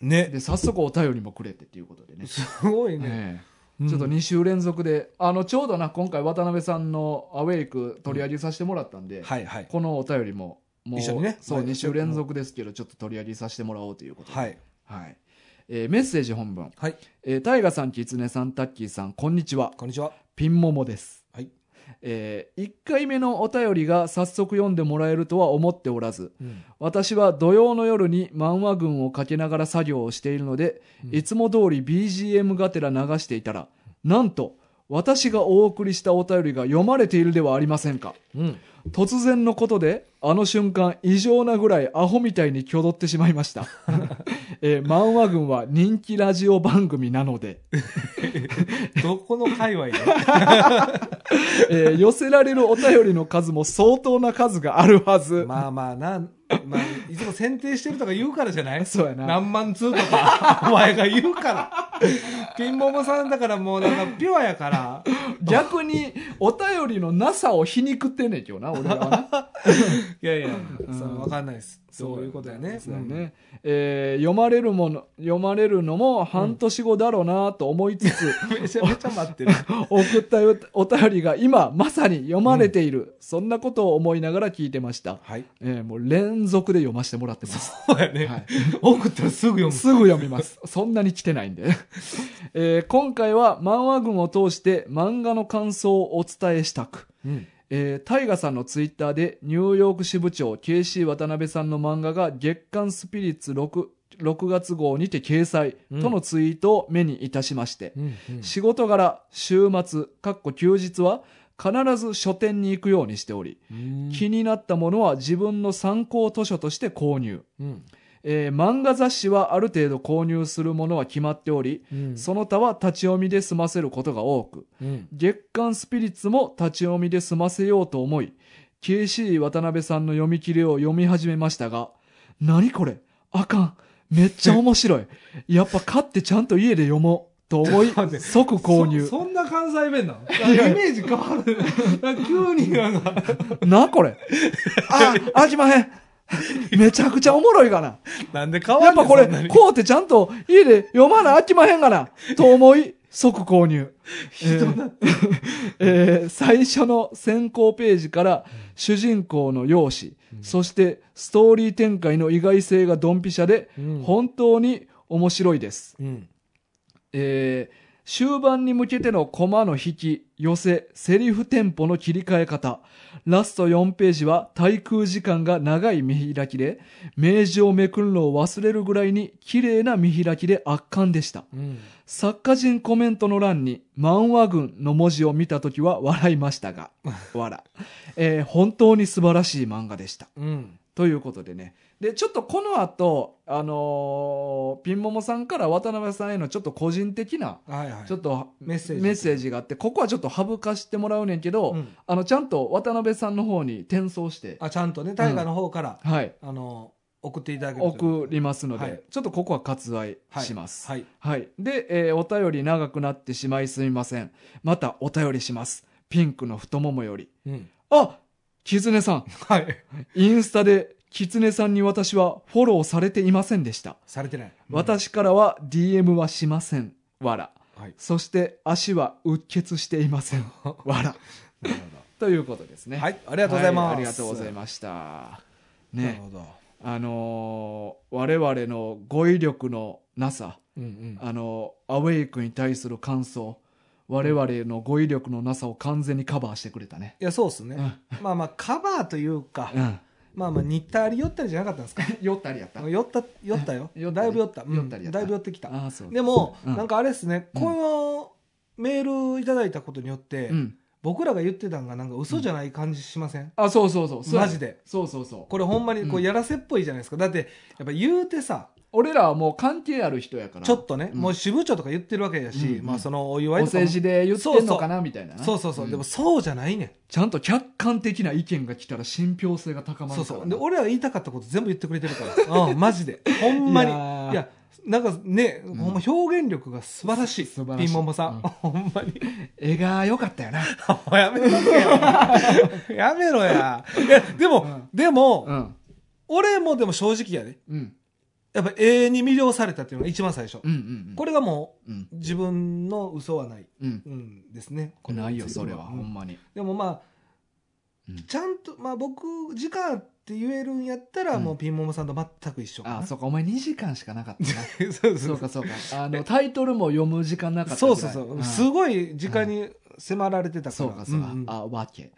[SPEAKER 2] ね。
[SPEAKER 1] で早速お便りもくれてっていうことでね
[SPEAKER 2] すごいね。
[SPEAKER 1] え
[SPEAKER 2] う
[SPEAKER 1] え
[SPEAKER 2] ん
[SPEAKER 1] ちょっと2週連続で、あのちょうどな今回渡辺さんの「アウェイク」取り上げさせてもらったんで、
[SPEAKER 2] はいはい。
[SPEAKER 1] このお便りももう
[SPEAKER 2] 一緒にね
[SPEAKER 1] そう
[SPEAKER 2] まあ
[SPEAKER 1] 2週連続ですけどちょっと取り上げさせてもらおうということで、
[SPEAKER 2] はい。
[SPEAKER 1] はいえーメッセージ本文
[SPEAKER 2] はい。
[SPEAKER 1] えー、タイガさん、キツネさん、タッキーさん、こんにちは。
[SPEAKER 2] こんにちは。
[SPEAKER 1] ピンモモです。
[SPEAKER 2] はい。
[SPEAKER 1] え1回目のお便りが早速読んでもらえるとは思っておらず、
[SPEAKER 2] うん。
[SPEAKER 1] 私は土曜の夜に漫画群をかけながら作業をしているので、
[SPEAKER 2] うん
[SPEAKER 1] いつも通り BGM がてら流していたら、なんと、私がお送りしたお便りが読まれているではありませんか。
[SPEAKER 2] うん。
[SPEAKER 1] 突然のことで、あの瞬間、異常なぐらいアホみたいに挙動ってしまいました。 えー、漫画群は人気ラジオ番組なので、
[SPEAKER 2] どこの界 隈で
[SPEAKER 1] えー寄せられるお便りの数も相当な数があるはず。
[SPEAKER 2] まあまあな、まあ、いつも選定してるとか言うからじゃない
[SPEAKER 1] そうやな。
[SPEAKER 2] 何万通とか、お前が言うから。ピンモモさんだからもうなんかピュアやから。
[SPEAKER 1] 逆に、お便りのなさを皮肉ってんねんけどな、俺らはな。
[SPEAKER 2] いやいや、
[SPEAKER 1] ん
[SPEAKER 2] そうわかんないです。そういうことやね。
[SPEAKER 1] そうやねえー読まれるもの、読まれるのも半年後だろうなと思いつ つ、
[SPEAKER 2] うん。めちゃめちゃ待ってる。
[SPEAKER 1] 送ったよお便りが今まさに読まれている、そんなことを思いながら聞いてました、
[SPEAKER 2] はい。
[SPEAKER 1] えーもう連続で読ませてもらってます、
[SPEAKER 2] そうやね。
[SPEAKER 1] はい
[SPEAKER 2] 送ったらすぐ読む。
[SPEAKER 1] すぐ読みます。そんなに来てないん で。えー今回は漫画群を通して漫画の感想をお伝えしたく、
[SPEAKER 2] うん。
[SPEAKER 1] えー、タイガさんのツイッターでニューヨーク支部長 KC 渡辺さんの漫画が月刊スピリッツ 6, 6月号にて掲載
[SPEAKER 2] うん
[SPEAKER 1] とのツイートを目にいたしまして、
[SPEAKER 2] うん。
[SPEAKER 1] 仕事柄、週末、かっこ休日は必ず書店に行くようにしており、
[SPEAKER 2] うん
[SPEAKER 1] 気になったものは自分の参考図書として購入。
[SPEAKER 2] うん。
[SPEAKER 1] えー漫画雑誌はある程度購入するものは決まっており、
[SPEAKER 2] うん
[SPEAKER 1] その他は立ち読みで済ませることが多く、
[SPEAKER 2] うん。
[SPEAKER 1] 月刊スピリッツも立ち読みで済ませようと思い、KC 渡辺さんの読み切れを読み始めましたが、何これあかんめっちゃ面白いやっぱ買ってちゃんと家で読もうと思い
[SPEAKER 2] ちょっと待っ、て
[SPEAKER 1] 即購入。
[SPEAKER 2] そそんな関西弁なの
[SPEAKER 1] いや
[SPEAKER 2] イメージ変わる。なんか急になんか、
[SPEAKER 1] なこれあ、あきまへんめちゃくちゃおもろいがな
[SPEAKER 2] なんで変わる
[SPEAKER 1] やっぱこれ、こうってちゃんと家で読まなあきまへんがな、と思い、即購入。えーえー最初の先行ページから主人公の容姿、そしてストーリー展開の意外性がドンピシャで、
[SPEAKER 2] うん
[SPEAKER 1] 本当に面白いです。
[SPEAKER 2] うん。
[SPEAKER 1] えー終盤に向けてのコマの引き、寄せ、セリフテンポの切り替え方。ラスト4ページは滞空時間が長い見開きで、明治をめくるのを忘れるぐらいに綺麗な見開きで圧巻でした。
[SPEAKER 2] うん。
[SPEAKER 1] 作家人コメントの欄に、漫画群の文字を見たときは笑いました が、笑。えー本当に素晴らしい漫画でした。
[SPEAKER 2] うん。
[SPEAKER 1] ということでね。で、ちょっとこの後、あのーピンモモさんから渡辺さんへのちょっと個人的な、
[SPEAKER 2] はいはい。
[SPEAKER 1] ちょっと
[SPEAKER 2] メッセージ
[SPEAKER 1] メッセージがあって、ここはちょっと省かしてもらうねんけど、
[SPEAKER 2] うん
[SPEAKER 1] あの、ちゃんと渡辺さんの方に転送して、
[SPEAKER 2] あ、ちゃんとね、大河の方から、
[SPEAKER 1] はい、
[SPEAKER 2] あの、送っていただけると
[SPEAKER 1] 送りますので、
[SPEAKER 2] はい
[SPEAKER 1] ちょっとここは割愛します。
[SPEAKER 2] はい。
[SPEAKER 1] はい。で、えーお便り長くなってしまいすみません。またお便りします。ピンクの太ももより。
[SPEAKER 2] うん。
[SPEAKER 1] あキツネ さん、
[SPEAKER 2] はい。
[SPEAKER 1] インスタで、キツネさんに私はフォローされていませんでした。
[SPEAKER 2] されてない。
[SPEAKER 1] 私からは DM はしません。わら。
[SPEAKER 2] うん、はい
[SPEAKER 1] そして足はうっ血していません笑
[SPEAKER 2] なる
[SPEAKER 1] ということですね
[SPEAKER 2] ほどは
[SPEAKER 1] はい
[SPEAKER 2] いありがとうございます、
[SPEAKER 1] ありがとうございました
[SPEAKER 2] なる
[SPEAKER 1] ね
[SPEAKER 2] ほど、
[SPEAKER 1] あのー我々の語彙力のなさ
[SPEAKER 2] うんうん、
[SPEAKER 1] あのアウェイクに対する感想我々の語彙力のなさを完全にカバーしてくれたね
[SPEAKER 2] いやそうですね、まあまあカバーというか、
[SPEAKER 1] うん
[SPEAKER 2] まあまあ似たり寄ったりじゃなかったんですか
[SPEAKER 1] 酔ったりやった
[SPEAKER 2] 寄った寄ったよ
[SPEAKER 1] 寄ったり
[SPEAKER 2] だいぶ寄った、うん
[SPEAKER 1] 寄ったりやった
[SPEAKER 2] だいぶ寄ってきた
[SPEAKER 1] ああそう
[SPEAKER 2] でも、
[SPEAKER 1] うん
[SPEAKER 2] なんかあれですね、
[SPEAKER 1] うん
[SPEAKER 2] このメールいただいたことによって、
[SPEAKER 1] うん
[SPEAKER 2] 僕らが言ってたのがなんか嘘じゃない感じしません、
[SPEAKER 1] あそうそうそうそうや
[SPEAKER 2] マジで
[SPEAKER 1] そうそうそう
[SPEAKER 2] これほんまにこ
[SPEAKER 1] う
[SPEAKER 2] うんやらせっぽいじゃないですかだってやっぱ言うてさ
[SPEAKER 1] 俺らはもう関係ある人やから
[SPEAKER 2] ちょっとね、
[SPEAKER 1] うん
[SPEAKER 2] もう支部長とか言ってるわけやし、
[SPEAKER 1] うんうん
[SPEAKER 2] まあそのお祝い
[SPEAKER 1] お
[SPEAKER 2] とか
[SPEAKER 1] 世
[SPEAKER 2] も
[SPEAKER 1] 辞で言ってんのかなみたいなな
[SPEAKER 2] そうそうそう、
[SPEAKER 1] ん
[SPEAKER 2] でもそうじゃないね
[SPEAKER 1] ちゃんと客観的な意見が来たら信憑性が高
[SPEAKER 2] ん
[SPEAKER 1] ま
[SPEAKER 2] そ
[SPEAKER 1] る
[SPEAKER 2] う
[SPEAKER 1] か
[SPEAKER 2] そ
[SPEAKER 1] ら
[SPEAKER 2] うで俺らが言いたかったこと全部言ってくれてるから、 うん、マジでほんまに
[SPEAKER 1] い
[SPEAKER 2] い
[SPEAKER 1] やー
[SPEAKER 2] やなんかね、ほんま表現力が素晴らしい
[SPEAKER 1] 素晴らしい
[SPEAKER 2] ピンモンモさん、
[SPEAKER 1] うん
[SPEAKER 2] ほんまに
[SPEAKER 1] 絵が良かったよな
[SPEAKER 2] もうやめろや。 やめろや。いや、でも、でも、
[SPEAKER 1] ん
[SPEAKER 2] 俺もでも正直やね。
[SPEAKER 1] うん
[SPEAKER 2] やっぱ永遠に魅了されたっていうのが一番最初。
[SPEAKER 1] うんうん
[SPEAKER 2] これがも
[SPEAKER 1] れうん
[SPEAKER 2] う自分の嘘はない。
[SPEAKER 1] うん
[SPEAKER 2] うんですね。こにつ
[SPEAKER 1] ない
[SPEAKER 2] て
[SPEAKER 1] よそれは
[SPEAKER 2] う
[SPEAKER 1] ほ
[SPEAKER 2] ん
[SPEAKER 1] んまに
[SPEAKER 2] でもま
[SPEAKER 1] う
[SPEAKER 2] あ
[SPEAKER 1] ん、
[SPEAKER 2] ちゃんと、まあ僕、時間あって言えるんやったら、
[SPEAKER 1] うん
[SPEAKER 2] もうピンモモさんと全く一緒かな。
[SPEAKER 1] あそうかお前2時間しかなかったな
[SPEAKER 2] そうそ
[SPEAKER 1] そう
[SPEAKER 2] う
[SPEAKER 1] かそうかあのタイトルも読む時間なかった
[SPEAKER 2] そう
[SPEAKER 1] ぐ
[SPEAKER 2] そう
[SPEAKER 1] らい
[SPEAKER 2] そう。
[SPEAKER 1] ん
[SPEAKER 2] すごい時間に迫られてたから。
[SPEAKER 1] そうかそうか、
[SPEAKER 2] んん
[SPEAKER 1] あわ け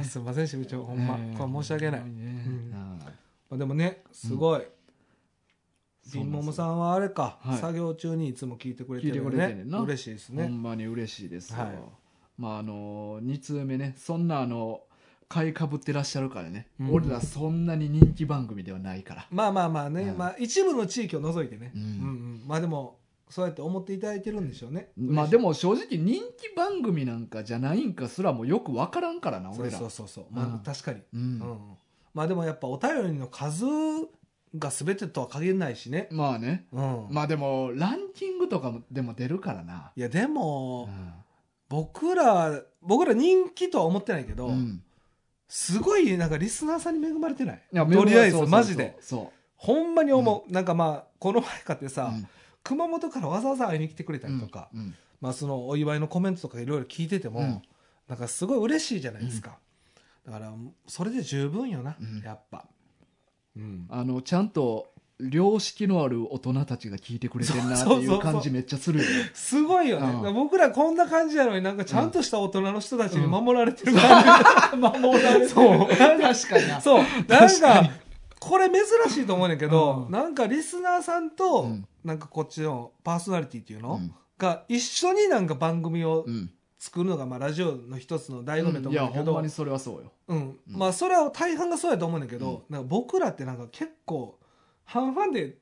[SPEAKER 2] あすいません、支部長。ほんま。
[SPEAKER 1] ねえ
[SPEAKER 2] これ申し訳ない。
[SPEAKER 1] ほ
[SPEAKER 2] ま
[SPEAKER 1] んまにね
[SPEAKER 2] うん
[SPEAKER 1] ああ
[SPEAKER 2] あでもね、すごい。
[SPEAKER 1] そう
[SPEAKER 2] ビン
[SPEAKER 1] な
[SPEAKER 2] モ
[SPEAKER 1] で
[SPEAKER 2] モ
[SPEAKER 1] すよ
[SPEAKER 2] さんはあれか、
[SPEAKER 1] はい
[SPEAKER 2] 作業中にいつも聞いてくれてるよ
[SPEAKER 1] 聞いてくれてんね
[SPEAKER 2] ね
[SPEAKER 1] んな
[SPEAKER 2] 嬉しいですね、
[SPEAKER 1] ほんまに嬉しいですよ、
[SPEAKER 2] はい
[SPEAKER 1] まああの2通目ねそんなあの買いかぶってらっしゃるからね、
[SPEAKER 2] うん
[SPEAKER 1] 俺らそんなに人気番組ではないから
[SPEAKER 2] まあまあまあね、
[SPEAKER 1] うん
[SPEAKER 2] まあ一部の地域を除いてね、
[SPEAKER 1] うん
[SPEAKER 2] うんまあでもそうやって思っていただいてるんでしょうね、
[SPEAKER 1] まあで
[SPEAKER 2] も
[SPEAKER 1] も正直人気番組なんかじゃないんかすらもよくわからんからな
[SPEAKER 2] そう
[SPEAKER 1] 俺ら
[SPEAKER 2] そうそうそうま
[SPEAKER 1] うん
[SPEAKER 2] あ確かに、
[SPEAKER 1] う
[SPEAKER 2] うん
[SPEAKER 1] ん
[SPEAKER 2] まあでもやっぱお便りの数が全てとは限らないしね、
[SPEAKER 1] まあね
[SPEAKER 2] うん
[SPEAKER 1] まあでもランキングとかもでも出るからない
[SPEAKER 2] やでも、
[SPEAKER 1] う
[SPEAKER 2] 僕ら僕ら人気とは思ってないけど、
[SPEAKER 1] んうん
[SPEAKER 2] すごいなんかリスナーさんに恵まれてない
[SPEAKER 1] いや
[SPEAKER 2] とりあえ
[SPEAKER 1] そうそ
[SPEAKER 2] ず
[SPEAKER 1] うそう
[SPEAKER 2] マジで
[SPEAKER 1] そ
[SPEAKER 2] ほんまに思う、なんかまあこの前かって
[SPEAKER 1] う
[SPEAKER 2] さ、
[SPEAKER 1] うん
[SPEAKER 2] 熊本からわざわざ会いに来てくれたりとか、
[SPEAKER 1] うん
[SPEAKER 2] まあ、そのお祝いのコメントとかいろいろ聞いてても、
[SPEAKER 1] うん
[SPEAKER 2] なんかすごい嬉しいじゃないですか、だからそれで十分よな、
[SPEAKER 1] うん
[SPEAKER 2] やっぱ、うん、
[SPEAKER 1] あのちゃんと良識のある大人たちが聞いてくれてんなって
[SPEAKER 2] そうそう
[SPEAKER 1] い
[SPEAKER 2] そうそう
[SPEAKER 1] う感じめっちゃするよ ね
[SPEAKER 2] すごいよね、
[SPEAKER 1] うん
[SPEAKER 2] だから僕らこんな感じやのになんかちゃんとした大人の人たちに守られてる感じ、
[SPEAKER 1] 守られ
[SPEAKER 2] そう
[SPEAKER 1] 確かにな
[SPEAKER 2] そうなん
[SPEAKER 1] 確かに
[SPEAKER 2] かこれ珍しいと思うねんけど、
[SPEAKER 1] うん
[SPEAKER 2] なんかリスナーさん
[SPEAKER 1] う
[SPEAKER 2] と
[SPEAKER 1] ん
[SPEAKER 2] なんかこっちのパーソナリティっていうの、
[SPEAKER 1] うん
[SPEAKER 2] が一緒になんか番組を
[SPEAKER 1] うん
[SPEAKER 2] 作るのがまあラジオの一つの醍醐味と
[SPEAKER 1] い
[SPEAKER 2] 思う
[SPEAKER 1] や
[SPEAKER 2] ねんだ
[SPEAKER 1] ほ
[SPEAKER 2] け
[SPEAKER 1] ん
[SPEAKER 2] ど、
[SPEAKER 1] まにそれはそうよ
[SPEAKER 2] うん、まあそれは大半がそうやと思うねんだけど、なんか僕らってなんか結構半々で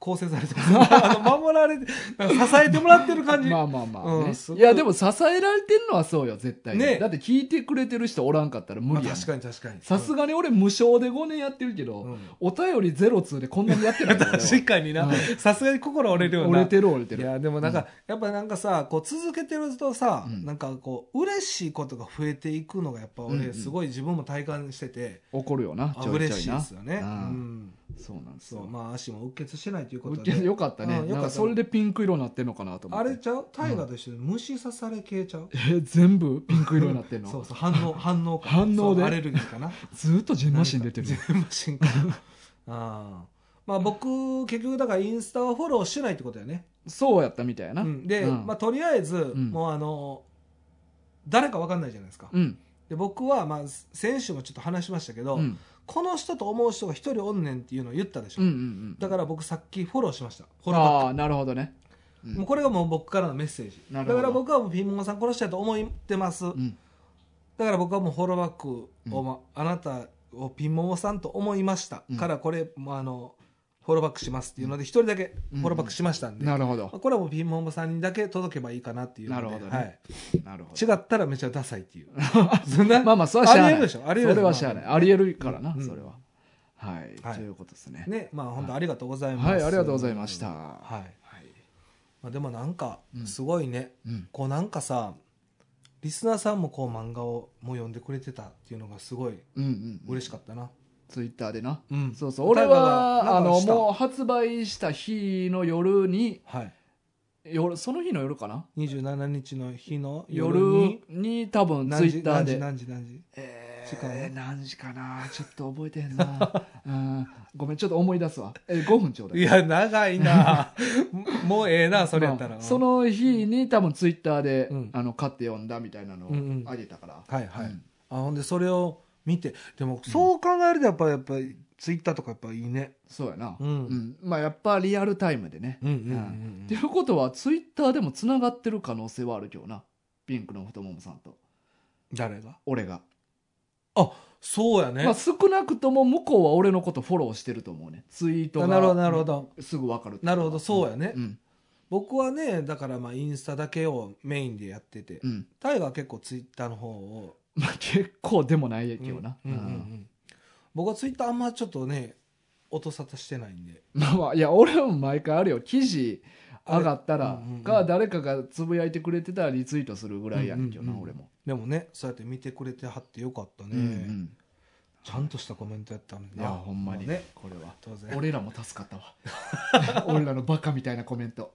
[SPEAKER 2] 構成されてます あの守られてなんか支えてもらってる感じ、
[SPEAKER 1] まあまあまあ、ね
[SPEAKER 2] うんすご
[SPEAKER 1] い
[SPEAKER 2] い
[SPEAKER 1] やでも支えられてんのはそうよ絶対に、
[SPEAKER 2] ね
[SPEAKER 1] だって聞いてくれてる人おらんかったら無理
[SPEAKER 2] ま
[SPEAKER 1] や
[SPEAKER 2] あ
[SPEAKER 1] もん
[SPEAKER 2] 確かに確かに
[SPEAKER 1] さすがに俺無償で5年やってるけど、
[SPEAKER 2] うん
[SPEAKER 1] お便りゼロ通でこんなにやってないから俺は
[SPEAKER 2] 確かにな、
[SPEAKER 1] うん
[SPEAKER 2] さすがに心折れるような
[SPEAKER 1] 折れてる折れて
[SPEAKER 2] い
[SPEAKER 1] る
[SPEAKER 2] やでもなんか、やっぱなんかさこう続けてるとさ、
[SPEAKER 1] うん
[SPEAKER 2] なんかこう嬉しいことが増えていくのがやっぱ
[SPEAKER 1] うんう
[SPEAKER 2] 俺
[SPEAKER 1] ん
[SPEAKER 2] すごい自分も体感してて、
[SPEAKER 1] 怒るよな
[SPEAKER 2] あ
[SPEAKER 1] ちょいちょいな
[SPEAKER 2] 嬉しいですよね、う
[SPEAKER 1] ああ
[SPEAKER 2] ん、
[SPEAKER 1] そうなんです
[SPEAKER 2] そう
[SPEAKER 1] よ、
[SPEAKER 2] まあ足もうっ血してないというこ
[SPEAKER 1] うっ
[SPEAKER 2] と
[SPEAKER 1] け
[SPEAKER 2] で
[SPEAKER 1] よかったね、
[SPEAKER 2] うんよ
[SPEAKER 1] なん
[SPEAKER 2] かった
[SPEAKER 1] かそれでピンク色になってんのかなと思
[SPEAKER 2] あ
[SPEAKER 1] って
[SPEAKER 2] れちゃう大河と一緒に虫刺され系ちゃう、
[SPEAKER 1] えー全部ピンク色になってんの
[SPEAKER 2] そうそう反 応反応か
[SPEAKER 1] 反応で
[SPEAKER 2] そうアレルギーかな
[SPEAKER 1] ずーっとジェン マシン出てる
[SPEAKER 2] ジェンマシンか ああまあ僕結局だからインスタはフォローしてないってことだよね、
[SPEAKER 1] そうやったみたいやな
[SPEAKER 2] う
[SPEAKER 1] うん
[SPEAKER 2] んで、
[SPEAKER 1] うん
[SPEAKER 2] まあ、とりあえず、
[SPEAKER 1] うん
[SPEAKER 2] もうあの誰か分かんないじゃないですか、
[SPEAKER 1] うん、
[SPEAKER 2] で僕は、まあ、先週もちょっと話しましたけど、
[SPEAKER 1] うん
[SPEAKER 2] この人と思う人が一人おんねんっていうのを言ったでしょ、
[SPEAKER 1] うんうん
[SPEAKER 2] だから僕さっきフォローしましたフォローバック
[SPEAKER 1] ああなるほどね、うん
[SPEAKER 2] もうこれがもう僕からのメッセージ
[SPEAKER 1] な
[SPEAKER 2] だ
[SPEAKER 1] るほど
[SPEAKER 2] から僕はもうピンモンさん殺したいと思ってます、
[SPEAKER 1] うん
[SPEAKER 2] だから僕はもうフォローバックを、まあなたをピンモンさんと思いました、
[SPEAKER 1] うん
[SPEAKER 2] からこれ、まあ、あのフォローバックしますっていうので一人だけフォローバックしましたんで、
[SPEAKER 1] なるほど
[SPEAKER 2] まあこれはもうピンモンさんにだけ届けばいいかなっていうので
[SPEAKER 1] なるほどね
[SPEAKER 2] はい、
[SPEAKER 1] なるほど
[SPEAKER 2] 違ったらめちゃダサい っていうそんな
[SPEAKER 1] まあまあ、それはしゃあ
[SPEAKER 2] あ
[SPEAKER 1] な
[SPEAKER 2] りえ
[SPEAKER 1] い。
[SPEAKER 2] るでしょありえる
[SPEAKER 1] それはしゃあない。ありえるからな、
[SPEAKER 2] うん
[SPEAKER 1] それは。はい。
[SPEAKER 2] はい
[SPEAKER 1] ということですね。
[SPEAKER 2] ねまあ本当ありがとうございます、
[SPEAKER 1] はい、ありがとうございました。
[SPEAKER 2] は、
[SPEAKER 1] はい
[SPEAKER 2] まあ、でもなんか
[SPEAKER 1] うん
[SPEAKER 2] すごいね、
[SPEAKER 1] い。うん。
[SPEAKER 2] こうなんかさリスナーさんもこう漫画をもう読んでくれてたっていうのがすごい
[SPEAKER 1] うんうん。
[SPEAKER 2] 嬉しかったな、
[SPEAKER 1] ツイッターでな。
[SPEAKER 2] うん
[SPEAKER 1] そうそう。俺
[SPEAKER 2] なんか
[SPEAKER 1] は、あの、
[SPEAKER 2] した
[SPEAKER 1] もう発売した日の夜に、
[SPEAKER 2] はい
[SPEAKER 1] 夜、その日の夜かな
[SPEAKER 2] 27日の日の夜
[SPEAKER 1] 夜
[SPEAKER 2] に
[SPEAKER 1] に多分ツイ
[SPEAKER 2] 何時
[SPEAKER 1] ッター
[SPEAKER 2] 何時
[SPEAKER 1] で。
[SPEAKER 2] 何時何時
[SPEAKER 1] えー
[SPEAKER 2] 時間は
[SPEAKER 1] 何時かなちょっと覚えてへん な、うん、ごめんちょっと思い出すわ、えー、5分ちょうだい
[SPEAKER 2] いや長い なもうええなそれやった
[SPEAKER 1] ま
[SPEAKER 2] ら、
[SPEAKER 1] あその日に多分ツイッターで、
[SPEAKER 2] うん
[SPEAKER 1] あの買って読んだみたいなのを
[SPEAKER 2] うんうん
[SPEAKER 1] あげたから、
[SPEAKER 2] はいはい、
[SPEAKER 1] うん
[SPEAKER 2] あほんでそれを見てでもそう考えるとやっぱりやっぱりツイッターとかやっぱいいね
[SPEAKER 1] そうやな、
[SPEAKER 2] うん
[SPEAKER 1] まあやっぱリアルタイムでね、
[SPEAKER 2] うんう
[SPEAKER 1] う
[SPEAKER 2] ん
[SPEAKER 1] んっていうことはツイッターでもつながってる可能性はあるけどなピンクの太ももさんと
[SPEAKER 2] 誰が
[SPEAKER 1] 俺が、
[SPEAKER 2] そうやね、
[SPEAKER 1] まあ、少なくとも向こうは俺のことフォローしてると思うねツイートが
[SPEAKER 2] あなるほどなるほど、
[SPEAKER 1] すぐ分かるってことは
[SPEAKER 2] なるほどそうやね、
[SPEAKER 1] うん
[SPEAKER 2] 僕はねだからまあインスタだけをメインでやってて、
[SPEAKER 1] うん
[SPEAKER 2] タイガーは結構ツイッターの方を
[SPEAKER 1] まあ結構でもないけどな、
[SPEAKER 2] うんうんうんう
[SPEAKER 1] うん
[SPEAKER 2] ん僕はツイッターあんまちょっとね音沙汰してないんで
[SPEAKER 1] まあまあいや俺も毎回あるよ記事上がった
[SPEAKER 2] あ
[SPEAKER 1] ら
[SPEAKER 2] れうんうんうん
[SPEAKER 1] か誰かがつぶやいてくれてたらリツイートするぐらいやねんけどな、
[SPEAKER 2] うんうんうん
[SPEAKER 1] 俺も、
[SPEAKER 2] でもねそうやって見てくれてはってよかったね、
[SPEAKER 1] うんうん
[SPEAKER 2] ちゃんとしたコメントやった
[SPEAKER 1] い
[SPEAKER 2] んで
[SPEAKER 1] やほんまに
[SPEAKER 2] ね
[SPEAKER 1] これは
[SPEAKER 2] 当然
[SPEAKER 1] 俺らも助かったわ 俺らのバカみたいなコメント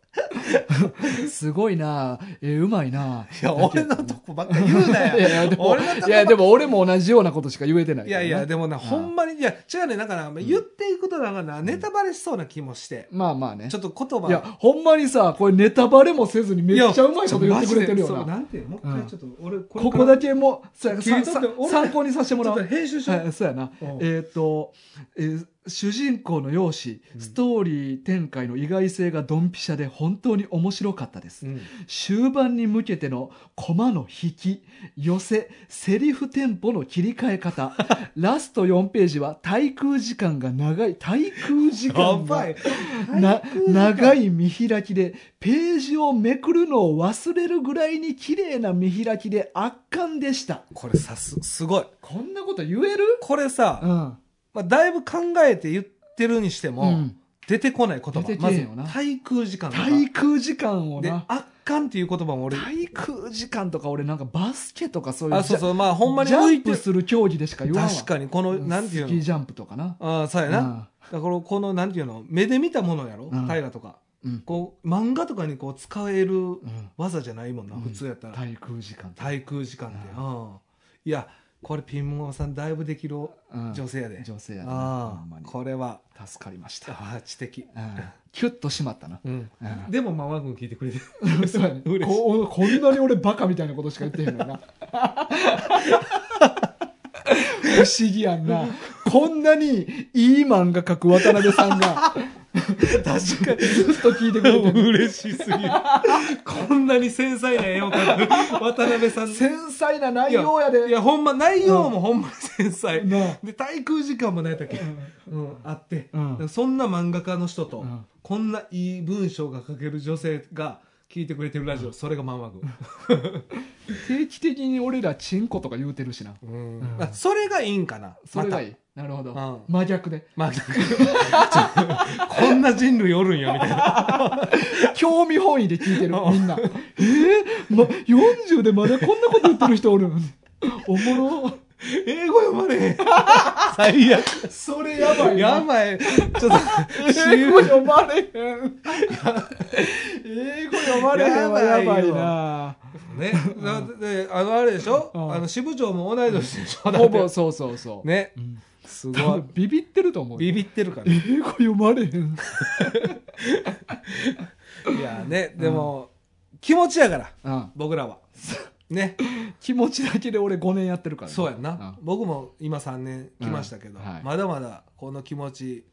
[SPEAKER 1] すごいなえうまいない
[SPEAKER 2] や俺のとこばっか言うなよ
[SPEAKER 1] いやいやでも
[SPEAKER 2] 俺のとこばっか
[SPEAKER 1] いやでも俺も同じようなことしか言えてない
[SPEAKER 2] い
[SPEAKER 1] から
[SPEAKER 2] や
[SPEAKER 1] ない
[SPEAKER 2] やでもな
[SPEAKER 1] うん
[SPEAKER 2] ほんまにいや違うねだから言っていくことなんかなネタバレしそうな気もして、
[SPEAKER 1] まあまあね
[SPEAKER 2] ちょっと言葉
[SPEAKER 1] いやほんまにさこれネタバレもせずにめっちゃうまいこと言ってくれてるよ
[SPEAKER 2] いやそう
[SPEAKER 1] な
[SPEAKER 2] なんてもう一回ちょっと俺こ
[SPEAKER 1] ここだけもうそうや
[SPEAKER 2] 切り
[SPEAKER 1] さ
[SPEAKER 2] 取
[SPEAKER 1] さ
[SPEAKER 2] って俺
[SPEAKER 1] 参考にさせても
[SPEAKER 2] ち
[SPEAKER 1] ら
[SPEAKER 2] ょ
[SPEAKER 1] お
[SPEAKER 2] っ
[SPEAKER 1] う
[SPEAKER 2] と編集しよう
[SPEAKER 1] はい、そうやな。
[SPEAKER 2] うん
[SPEAKER 1] えっ、と、えー主人公の容姿、
[SPEAKER 2] うん
[SPEAKER 1] ストーリー展開の意外性がドンピシャで本当に面白かったです。
[SPEAKER 2] うん
[SPEAKER 1] 終盤に向けてのコマの引き、寄せ、セリフテンポの切り替え方、 ラスト4ページは滞空時間が長い、滞空時
[SPEAKER 2] や
[SPEAKER 1] 間
[SPEAKER 2] ば
[SPEAKER 1] が
[SPEAKER 2] い
[SPEAKER 1] な長
[SPEAKER 2] い
[SPEAKER 1] い見開きで、ページをめくるのを忘れるぐらいに綺麗な見開きで圧巻でした。
[SPEAKER 2] これさすすごい
[SPEAKER 1] こんなこと言える
[SPEAKER 2] これさ、
[SPEAKER 1] うん。
[SPEAKER 2] まあ、だいぶ考えて言ってるにしても、
[SPEAKER 1] うん
[SPEAKER 2] 出てこない言葉
[SPEAKER 1] 出てけ
[SPEAKER 2] ま
[SPEAKER 1] え
[SPEAKER 2] ず
[SPEAKER 1] よな
[SPEAKER 2] 滞空時間とか
[SPEAKER 1] 滞空時間を
[SPEAKER 2] で
[SPEAKER 1] な
[SPEAKER 2] 圧巻っていう言葉も俺
[SPEAKER 1] 滞空時間とか俺なんかバスケとかそういう
[SPEAKER 2] あそう
[SPEAKER 1] う
[SPEAKER 2] そうまあほんまに
[SPEAKER 1] ジャ
[SPEAKER 2] 浮い
[SPEAKER 1] ン
[SPEAKER 2] て
[SPEAKER 1] プ
[SPEAKER 2] る
[SPEAKER 1] する競技でしか言わんわ
[SPEAKER 2] 確かにこの
[SPEAKER 1] うん
[SPEAKER 2] なんてい
[SPEAKER 1] ス
[SPEAKER 2] う
[SPEAKER 1] キー
[SPEAKER 2] の
[SPEAKER 1] ジャンプとかな
[SPEAKER 2] ああそうやな、だからこのなんていうの目で見たものやろ
[SPEAKER 1] うん
[SPEAKER 2] 大河とか
[SPEAKER 1] うん
[SPEAKER 2] こう漫画とかにこう使える
[SPEAKER 1] うん
[SPEAKER 2] 技じゃないもんな、
[SPEAKER 1] うん
[SPEAKER 2] 普通やったら
[SPEAKER 1] 滞空時間
[SPEAKER 2] 滞空時間って、
[SPEAKER 1] う
[SPEAKER 2] うんいやこれピンモンさんだいぶできる
[SPEAKER 1] うん
[SPEAKER 2] 女性やで、
[SPEAKER 1] 女性やな
[SPEAKER 2] あ
[SPEAKER 1] ほんまに
[SPEAKER 2] あこれは
[SPEAKER 1] 助かりま した
[SPEAKER 2] ああ知的、
[SPEAKER 1] うんキュッとしまったな
[SPEAKER 2] うん
[SPEAKER 1] うん
[SPEAKER 2] でもママ君聞いてくれてる
[SPEAKER 1] そうやね
[SPEAKER 2] 嬉しい
[SPEAKER 1] ここんなに俺バカみたいなことしか言ってへんのにな 不思議やんなこんなにいい漫画描く渡辺さんが
[SPEAKER 2] 確かに
[SPEAKER 1] ずっと聞いてくれてる
[SPEAKER 2] 嬉しすぎるこんなに繊細な絵を描く渡辺さん
[SPEAKER 1] 繊細な内容やで。
[SPEAKER 2] いやほんま内容もほんまに繊細、
[SPEAKER 1] な
[SPEAKER 2] で滞空時間もないだっけ、うん、あって、
[SPEAKER 1] うん
[SPEAKER 2] そんな漫画家の人と、
[SPEAKER 1] うん
[SPEAKER 2] こんないい文章が書ける女性が聞いてくれてるラジオ、それがマンマグ、
[SPEAKER 1] 定期的に俺らチンコとか言うてるしな。
[SPEAKER 2] うんあそれがいいんかな
[SPEAKER 1] それがい
[SPEAKER 2] い、
[SPEAKER 1] い。なるほど
[SPEAKER 2] うん。
[SPEAKER 1] 真逆で。
[SPEAKER 2] またま あこんな人類おるんやみたいな
[SPEAKER 1] 興味本位で聞いてる、みんな。えー、ま、40でまだこんなこと言ってる人おるのおもろ。
[SPEAKER 2] 英語読まれへ ん最悪
[SPEAKER 1] それやばい
[SPEAKER 2] や
[SPEAKER 1] な。
[SPEAKER 2] ばいちょっと
[SPEAKER 1] 英語読まれへん。英語読まれへんはやばいな。
[SPEAKER 2] ね、だであのあれでしょ、
[SPEAKER 1] うん
[SPEAKER 2] あの支部長も同い年でしょ、だって
[SPEAKER 1] ほぼそうそうそう。
[SPEAKER 2] ね
[SPEAKER 1] うん
[SPEAKER 2] す
[SPEAKER 1] 多
[SPEAKER 2] ごい
[SPEAKER 1] 分ビビってると思う。
[SPEAKER 2] ビビってるから
[SPEAKER 1] 英語読まれへん。
[SPEAKER 2] いやねでも、気持ちやから
[SPEAKER 1] うん
[SPEAKER 2] 僕らはね
[SPEAKER 1] 気持ちだけで俺5年やってるからね。
[SPEAKER 2] そうやんな、僕も今3年来ましたけど、
[SPEAKER 1] うんはい
[SPEAKER 2] まだまだこの気持ち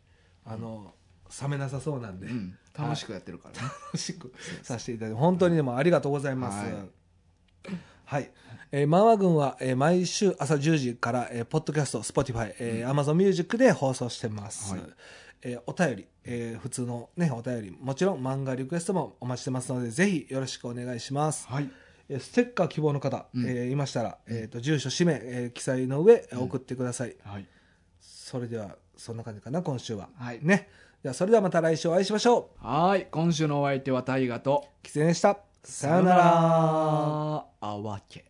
[SPEAKER 2] あの冷めなさそうなんで、
[SPEAKER 1] うん楽しくやってるからね。
[SPEAKER 2] 楽 しくさせていただいて本当にでもありがとうございます
[SPEAKER 1] はい
[SPEAKER 2] はい、えーマンワ軍は、えー毎週朝10時から、えーポッドキャスト Spotify、えー AmazonMusic で放送してます、
[SPEAKER 1] はい
[SPEAKER 2] えーお便り、えー普通のねお便りもちろん漫画リクエストもお待ちしてますのでぜひよろしくお願いします
[SPEAKER 1] はい。
[SPEAKER 2] えーステッカー希望の方、
[SPEAKER 1] うん
[SPEAKER 2] えーいましたら、えー、と住所氏名、えー記載の上、えー送ってください
[SPEAKER 1] はい。
[SPEAKER 2] それではそんな感じかな今週は、
[SPEAKER 1] はい
[SPEAKER 2] ねじゃあそれではまた来週お会いしましょう
[SPEAKER 1] はい。今週のお相手は大河と、
[SPEAKER 2] キツネでしたさようなら
[SPEAKER 1] あわけ。